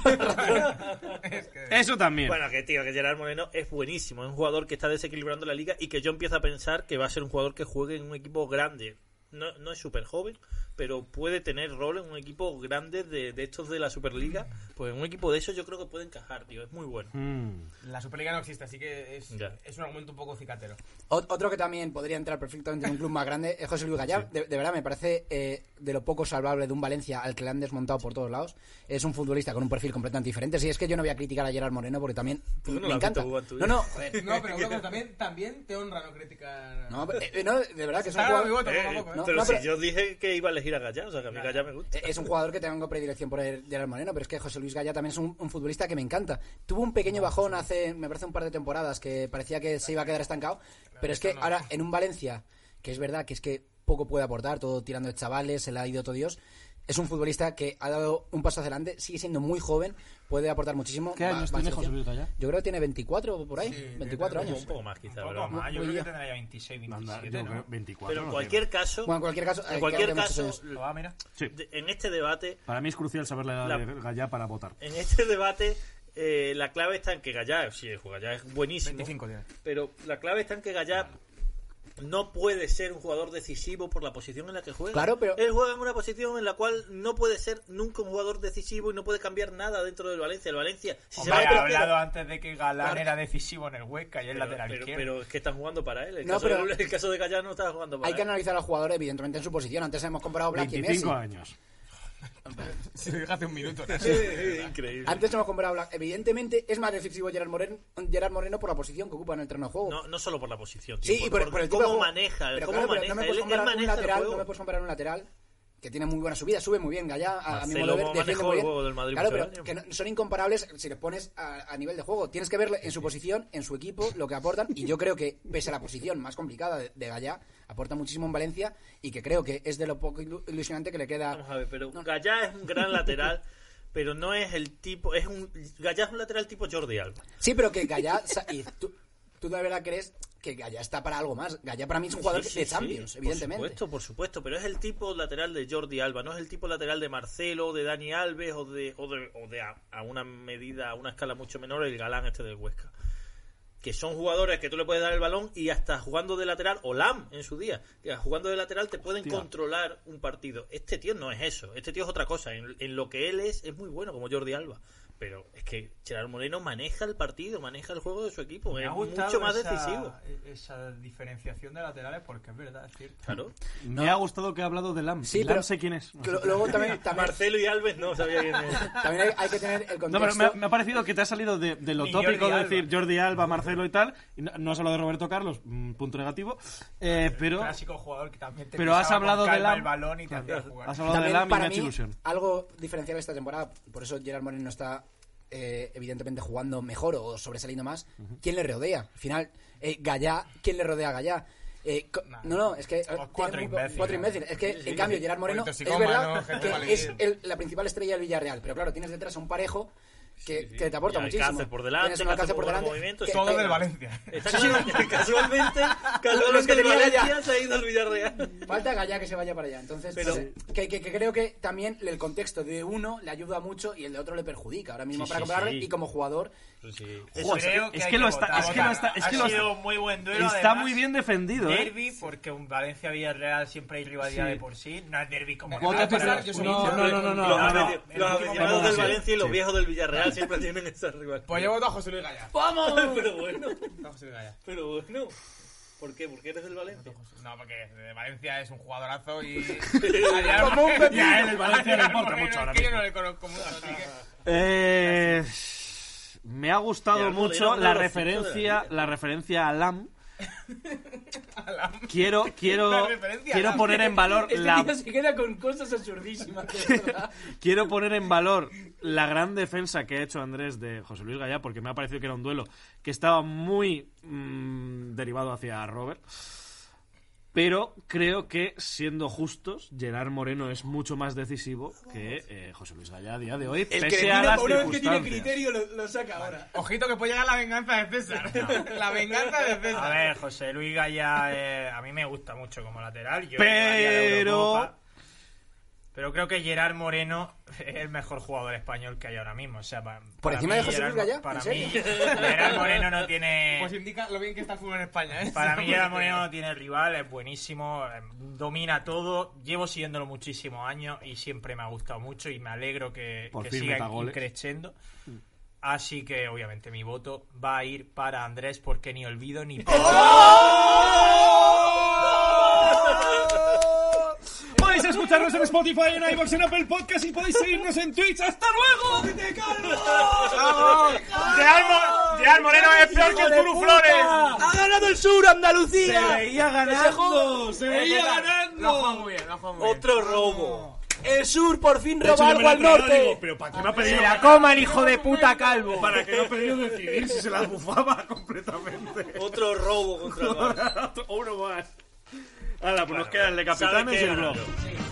Speaker 5: Es que-
Speaker 2: Eso también.
Speaker 3: Bueno, que tío, que Gerard Moreno es buenísimo. Es un jugador que está desequilibrando la liga y que yo empiezo a pensar que va a ser un jugador que juegue en un equipo grande. No, no es súper joven, pero puede tener rol en un equipo grande de, de estos de la Superliga. Pues en un equipo de esos yo creo que puede encajar, tío. Es muy bueno.
Speaker 2: Mm.
Speaker 5: La Superliga no existe, así que es,
Speaker 3: Ya.
Speaker 5: es un argumento un poco cicatero.
Speaker 1: Ot- Otro que también podría entrar perfectamente en un club más grande es José Luis Gallar. De, de verdad, me parece eh, de lo poco salvable de un Valencia al que le han desmontado por todos lados. Es un futbolista con un perfil completamente diferente. Si es que yo no voy a criticar a Gerard Moreno porque también
Speaker 3: Tú ¿eh? no lo
Speaker 1: me
Speaker 3: has
Speaker 1: encanta.
Speaker 3: visto jugar en tu
Speaker 1: No,
Speaker 3: vida.
Speaker 1: no, joder.
Speaker 5: No, pero bueno, también, también te honra no criticar.
Speaker 1: No, eh, eh, no, de verdad que es un
Speaker 5: Está
Speaker 1: jugador...
Speaker 5: vivo,
Speaker 3: Eh,
Speaker 5: tampoco, tampoco, ¿eh?
Speaker 1: no,
Speaker 3: pero
Speaker 1: no,
Speaker 3: si
Speaker 1: pero-
Speaker 3: yo dije que iba a elegir a Gallá, o sea que a mí Gallá me gusta.
Speaker 1: Eh, Es un jugador que tengo predilección por el- Gerard Moreno, pero es que José Luis Gaya también es un, un futbolista que me encanta. Tuvo un pequeño bajón hace, me parece, un par de temporadas que parecía que se iba a quedar estancado, pero es que ahora en un Valencia, que es verdad que es que poco puede aportar, todo tirando de chavales, se le ha ido todo Dios. Es un futbolista que ha dado un paso hacia adelante, sigue siendo muy joven, puede aportar muchísimo.
Speaker 2: ¿Qué
Speaker 1: Va-
Speaker 2: años
Speaker 1: va a
Speaker 2: tiene
Speaker 1: selección.
Speaker 2: José Luis Gaya?
Speaker 1: Yo creo que tiene 24 o por ahí, 24
Speaker 3: Como
Speaker 1: años.
Speaker 3: un poco más, quizá.
Speaker 4: Un
Speaker 3: pero-
Speaker 4: poco más, yo
Speaker 1: Muy
Speaker 4: creo que
Speaker 1: bien.
Speaker 4: tendría 26,
Speaker 2: Anda,
Speaker 4: 27,
Speaker 2: yo
Speaker 4: ¿no?
Speaker 2: creo- 24.
Speaker 3: Pero en
Speaker 2: no
Speaker 3: cualquier caso,
Speaker 1: Bueno, en cualquier caso, eh,
Speaker 3: en cualquier
Speaker 1: quedan muchos
Speaker 3: caso,
Speaker 1: años.
Speaker 4: Ah, mira.
Speaker 2: tiene. Sí.
Speaker 3: de- en este debate,
Speaker 2: Para mí es crucial saber la edad
Speaker 3: La-
Speaker 2: de Gallá para votar.
Speaker 3: en este debate, eh, la clave está en que Gallá, sí, el jugador Gallá es buenísimo.
Speaker 5: 25 tiene.
Speaker 3: Pero la clave está en que Gallá no puede ser un jugador decisivo por la posición en la que juega.
Speaker 1: Claro, pero-
Speaker 3: Él juega en una posición en la cual no puede ser nunca un jugador decisivo y no puede cambiar nada dentro del Valencia. El Valencia, si
Speaker 4: Hombre,
Speaker 3: va
Speaker 4: ha
Speaker 3: a tercero-
Speaker 4: hablado antes de que Galán
Speaker 1: Claro.
Speaker 4: era decisivo en el Huesca y el
Speaker 3: pero,
Speaker 4: lateral
Speaker 3: pero-
Speaker 4: izquierdo.
Speaker 3: pero es que están jugando para él. El,
Speaker 1: No,
Speaker 3: caso,
Speaker 1: pero-
Speaker 3: de, el caso de Gallá no está jugando para
Speaker 1: Hay
Speaker 3: él.
Speaker 1: que analizar al jugador, evidentemente, en su posición. Antes hemos comparado Black y Messi.
Speaker 2: 25 años.
Speaker 5: Si lo dije hace un minuto.
Speaker 3: Increíble.
Speaker 1: Antes hemos comprado Black. Evidentemente es más decisivo Gerard Moreno, Gerard Moreno por la posición que ocupa en el terreno de juego.
Speaker 3: No, no solo por la posición, tío,
Speaker 1: sí, y por, por el tipo de
Speaker 3: cómo
Speaker 1: juego.
Speaker 3: maneja,
Speaker 1: Pero
Speaker 3: cómo
Speaker 1: claro, pero no
Speaker 3: maneja.
Speaker 1: me
Speaker 3: él,
Speaker 1: puedes
Speaker 3: él
Speaker 1: comparar un
Speaker 3: maneja
Speaker 1: lateral,
Speaker 3: el
Speaker 1: no me
Speaker 3: juego.
Speaker 1: puedes comparar un lateral que tiene muy buena subida, sube muy bien Gallá, a, a mi modo de
Speaker 3: Marcelo
Speaker 1: ver,
Speaker 3: manejó
Speaker 1: defiende
Speaker 3: el
Speaker 1: muy bien.
Speaker 3: juego del Madrid
Speaker 1: claro,
Speaker 3: muchos
Speaker 1: pero
Speaker 3: años.
Speaker 1: que no- son incomparables si le pones a, a nivel de juego. Tienes que verle en su posición, en su equipo, lo que aportan. Y yo creo que, pese a la posición más complicada de, de Gallá, aporta muchísimo en Valencia y que creo que es de lo poco ilu- ilusionante que le queda.
Speaker 3: Vamos a ver, pero Gallá es un gran lateral, pero no es el tipo, es un Gallá es un lateral tipo Jordi Alba.
Speaker 1: Sí, pero que Gallá. sa- y tú, tú de verdad crees que Gallá está para algo más. Gallá para mí es un jugador
Speaker 3: Sí, sí,
Speaker 1: de
Speaker 3: sí,
Speaker 1: Champions, evidentemente.
Speaker 3: Por supuesto, por supuesto, pero es el tipo lateral de Jordi Alba, no es el tipo lateral de Marcelo, de Dani Alves o de, o de, o de a, a una medida, a una escala mucho menor, el galán este del Huesca. Que son jugadores que tú le puedes dar el balón y hasta jugando de lateral, o Lam en su día, que jugando de lateral te pueden
Speaker 2: Hostia.
Speaker 3: controlar un partido. Este tío no es eso, este tío es otra cosa. En, en lo que él es, es muy bueno, como Jordi Alba. Pero es que Gerard Moreno maneja el partido, maneja el juego de su equipo,
Speaker 4: Me
Speaker 3: es
Speaker 4: ha gustado
Speaker 3: mucho más
Speaker 4: esa- e,
Speaker 3: decisivo.
Speaker 4: Esa diferenciación de laterales porque es verdad, es cierto.
Speaker 3: Claro.
Speaker 2: Me ha gustado que ha hablado de Lam.
Speaker 1: Sí,
Speaker 2: Lam
Speaker 1: pero-
Speaker 2: sé quién es.
Speaker 1: Que lo- Luego también, también,
Speaker 3: Marcelo y Alves no sabía quién era.
Speaker 1: también hay, hay que tener el
Speaker 2: No,
Speaker 1: contexto.
Speaker 2: pero me ha, me ha parecido que te has salido de, de lo
Speaker 4: Y
Speaker 2: tópico
Speaker 4: Jordi
Speaker 2: de
Speaker 4: Alba.
Speaker 2: decir Jordi Alba, Marcelo y tal. y no, no has hablado de Roberto Carlos, mm, punto negativo. eh, pero has
Speaker 4: Clásico jugador que también te
Speaker 2: Pero has
Speaker 4: pisaba con
Speaker 2: hablado de
Speaker 4: calma
Speaker 2: Lam.
Speaker 4: el balón y te hacía jugar.
Speaker 2: hablado de
Speaker 1: También
Speaker 2: Lam y me
Speaker 1: para
Speaker 2: ha
Speaker 1: mí,
Speaker 2: hecho ilusión.
Speaker 1: algo diferencial esta temporada, por eso Gerard Moreno está eh, evidentemente jugando mejor o sobresaliendo más. ¿Quién le rodea? Al final, eh, Gallá, ¿quién le rodea a Gallá? Eh, co-
Speaker 4: Nah. Pues
Speaker 1: no, no, es que. eh, tiene
Speaker 4: cuatro
Speaker 1: muy po-
Speaker 4: imbéciles.
Speaker 1: cuatro imbéciles. Es que, en cambio, Gerard Moreno es
Speaker 5: Politoxicómano,
Speaker 1: verdad
Speaker 5: gente
Speaker 1: que
Speaker 5: maligna.
Speaker 1: es el- la principal estrella del Villarreal. Pero claro, tienes detrás a un parejo que, que te aporta
Speaker 3: Y
Speaker 1: muchísimo.
Speaker 3: Alcácer por delante,
Speaker 1: Tienes un
Speaker 3: que hace
Speaker 1: Alcácer por
Speaker 3: muy buenos
Speaker 1: delante,
Speaker 3: movimientos,
Speaker 1: que-
Speaker 5: Todo
Speaker 1: que-
Speaker 5: del Valencia.
Speaker 3: Está casualmente, casualmente,
Speaker 1: Los que
Speaker 3: casualmente el
Speaker 1: tenía
Speaker 3: Valencia
Speaker 1: ya.
Speaker 3: se ha ido al Villarreal.
Speaker 1: Falta Gallá que se vaya para allá. Entonces,
Speaker 3: Pero-
Speaker 1: sí. que, que- que creo que también el contexto de uno le ayuda mucho y el de otro le perjudica ahora mismo
Speaker 3: Sí,
Speaker 1: para
Speaker 3: sí,
Speaker 1: compararle.
Speaker 3: sí.
Speaker 1: Y como jugador,
Speaker 2: Ojo, es que- es que lo está- es que lo está- es que lo
Speaker 4: ha
Speaker 2: está-
Speaker 4: sido muy buen duelo.
Speaker 2: Está
Speaker 4: además,
Speaker 2: muy bien defendido, ¿eh?
Speaker 4: Derby, porque un Valencia Villarreal siempre hay rivalidad
Speaker 2: Sí.
Speaker 4: de por sí. No es derby como
Speaker 5: Voy a
Speaker 4: nada,
Speaker 5: pensar,
Speaker 4: Ah, pero-
Speaker 5: yo soy
Speaker 2: No, no,
Speaker 5: hincha.
Speaker 2: no, no, no,
Speaker 3: los
Speaker 2: no, no.
Speaker 3: aficio- los
Speaker 4: El último
Speaker 3: aficionados
Speaker 4: que
Speaker 3: del
Speaker 4: no,
Speaker 3: Valencia y los
Speaker 2: sí.
Speaker 3: viejos del Villarreal siempre tienen esa rival.
Speaker 5: Pues yo voto a José Luis Gallá.
Speaker 3: ¡Vamos! Pero bueno,
Speaker 5: A José Luis Gallá.
Speaker 3: pero bueno. ¿Por qué? ¿Porque eres del Valencia?
Speaker 5: No, porque de Valencia es un jugadorazo y.
Speaker 2: Como un pepino.
Speaker 5: Ya, él,
Speaker 2: El Valencia le importa mucho
Speaker 5: es
Speaker 2: ahora
Speaker 5: que yo
Speaker 2: mismo.
Speaker 5: no le conozco mucho, así que.
Speaker 2: Eh, me ha gustado
Speaker 3: Ya, joder,
Speaker 2: mucho
Speaker 3: era
Speaker 2: la
Speaker 3: un lorcito de la
Speaker 2: referencia, la referencia a Lam.
Speaker 5: Alam.
Speaker 2: Quiero,
Speaker 5: La
Speaker 2: quiero,
Speaker 5: referencia a
Speaker 2: quiero
Speaker 5: Lam.
Speaker 2: poner en valor
Speaker 1: Este
Speaker 2: la,
Speaker 1: tío se queda con cosas absurdísimas. de verdad.
Speaker 2: quiero poner en valor la gran defensa que ha hecho Andrés de José Luis Gallá, porque me ha parecido que era un duelo que estaba muy mm, derivado hacia Robert. Pero creo que, siendo justos, Gerard Moreno es mucho más decisivo que eh, José Luis Gallá a día de hoy,
Speaker 1: El
Speaker 2: pese
Speaker 1: que
Speaker 2: a
Speaker 1: mira,
Speaker 2: las
Speaker 1: una vez que tiene
Speaker 2: circunstancias.
Speaker 1: criterio lo, lo saca ahora.
Speaker 5: Ojito que puede llegar la venganza de César. La venganza de César.
Speaker 4: A ver, José Luis Gaya eh, a mí me gusta mucho como lateral. Yo llevaría la
Speaker 2: Pero
Speaker 4: Eurocopa. Pero creo que Gerard Moreno es el mejor jugador español que hay ahora mismo. O sea, pa- para,
Speaker 1: encima
Speaker 4: mí
Speaker 1: de José Luis
Speaker 4: Gerard-
Speaker 1: Gaya? ¿En
Speaker 4: Para
Speaker 1: serio?
Speaker 4: mí, Gerard Moreno no tiene.
Speaker 5: Pues indica lo bien que está el fútbol en España, ¿eh?
Speaker 4: Para mí Gerard Moreno no tiene rival, es buenísimo, eh, domina todo. Llevo siguiéndolo muchísimos años y siempre me ha gustado mucho y me alegro que,
Speaker 2: Por
Speaker 4: que
Speaker 2: fin
Speaker 4: siga
Speaker 2: meta goles. Mm.
Speaker 4: creciendo. Así que obviamente mi voto va a ir para Andrés porque ni olvido ni perdono.
Speaker 6: Podéis escucharnos en Spotify, en iVoox, en Apple Podcast y podéis seguirnos en Twitch. ¡Hasta luego!
Speaker 5: Gerard, Mo- Gerard Moreno es peor que el Turu Flores.
Speaker 1: ¡Ha ganado el sur, Andalucía!
Speaker 2: veía ganando, se veía
Speaker 5: Lo ha jugado muy bien, lo ha jugado muy bien.
Speaker 3: Otro robo.
Speaker 1: El sur por fin
Speaker 6: De hecho,
Speaker 1: roba
Speaker 6: yo me
Speaker 1: algo
Speaker 6: lo he
Speaker 1: al
Speaker 6: creído, digo,
Speaker 1: norte.
Speaker 6: Pero ¿para qué me ha pedido?
Speaker 4: la coma el hijo de puta calvo.
Speaker 6: ¿Para qué me ha pedido decidir si se la bufaba completamente?
Speaker 3: Otro robo contra el Barça.
Speaker 6: Otro- Uno más. Ahora, pues nos queda el de capitanes
Speaker 3: Sabe
Speaker 6: y
Speaker 3: que
Speaker 6: el blog.
Speaker 3: ganando.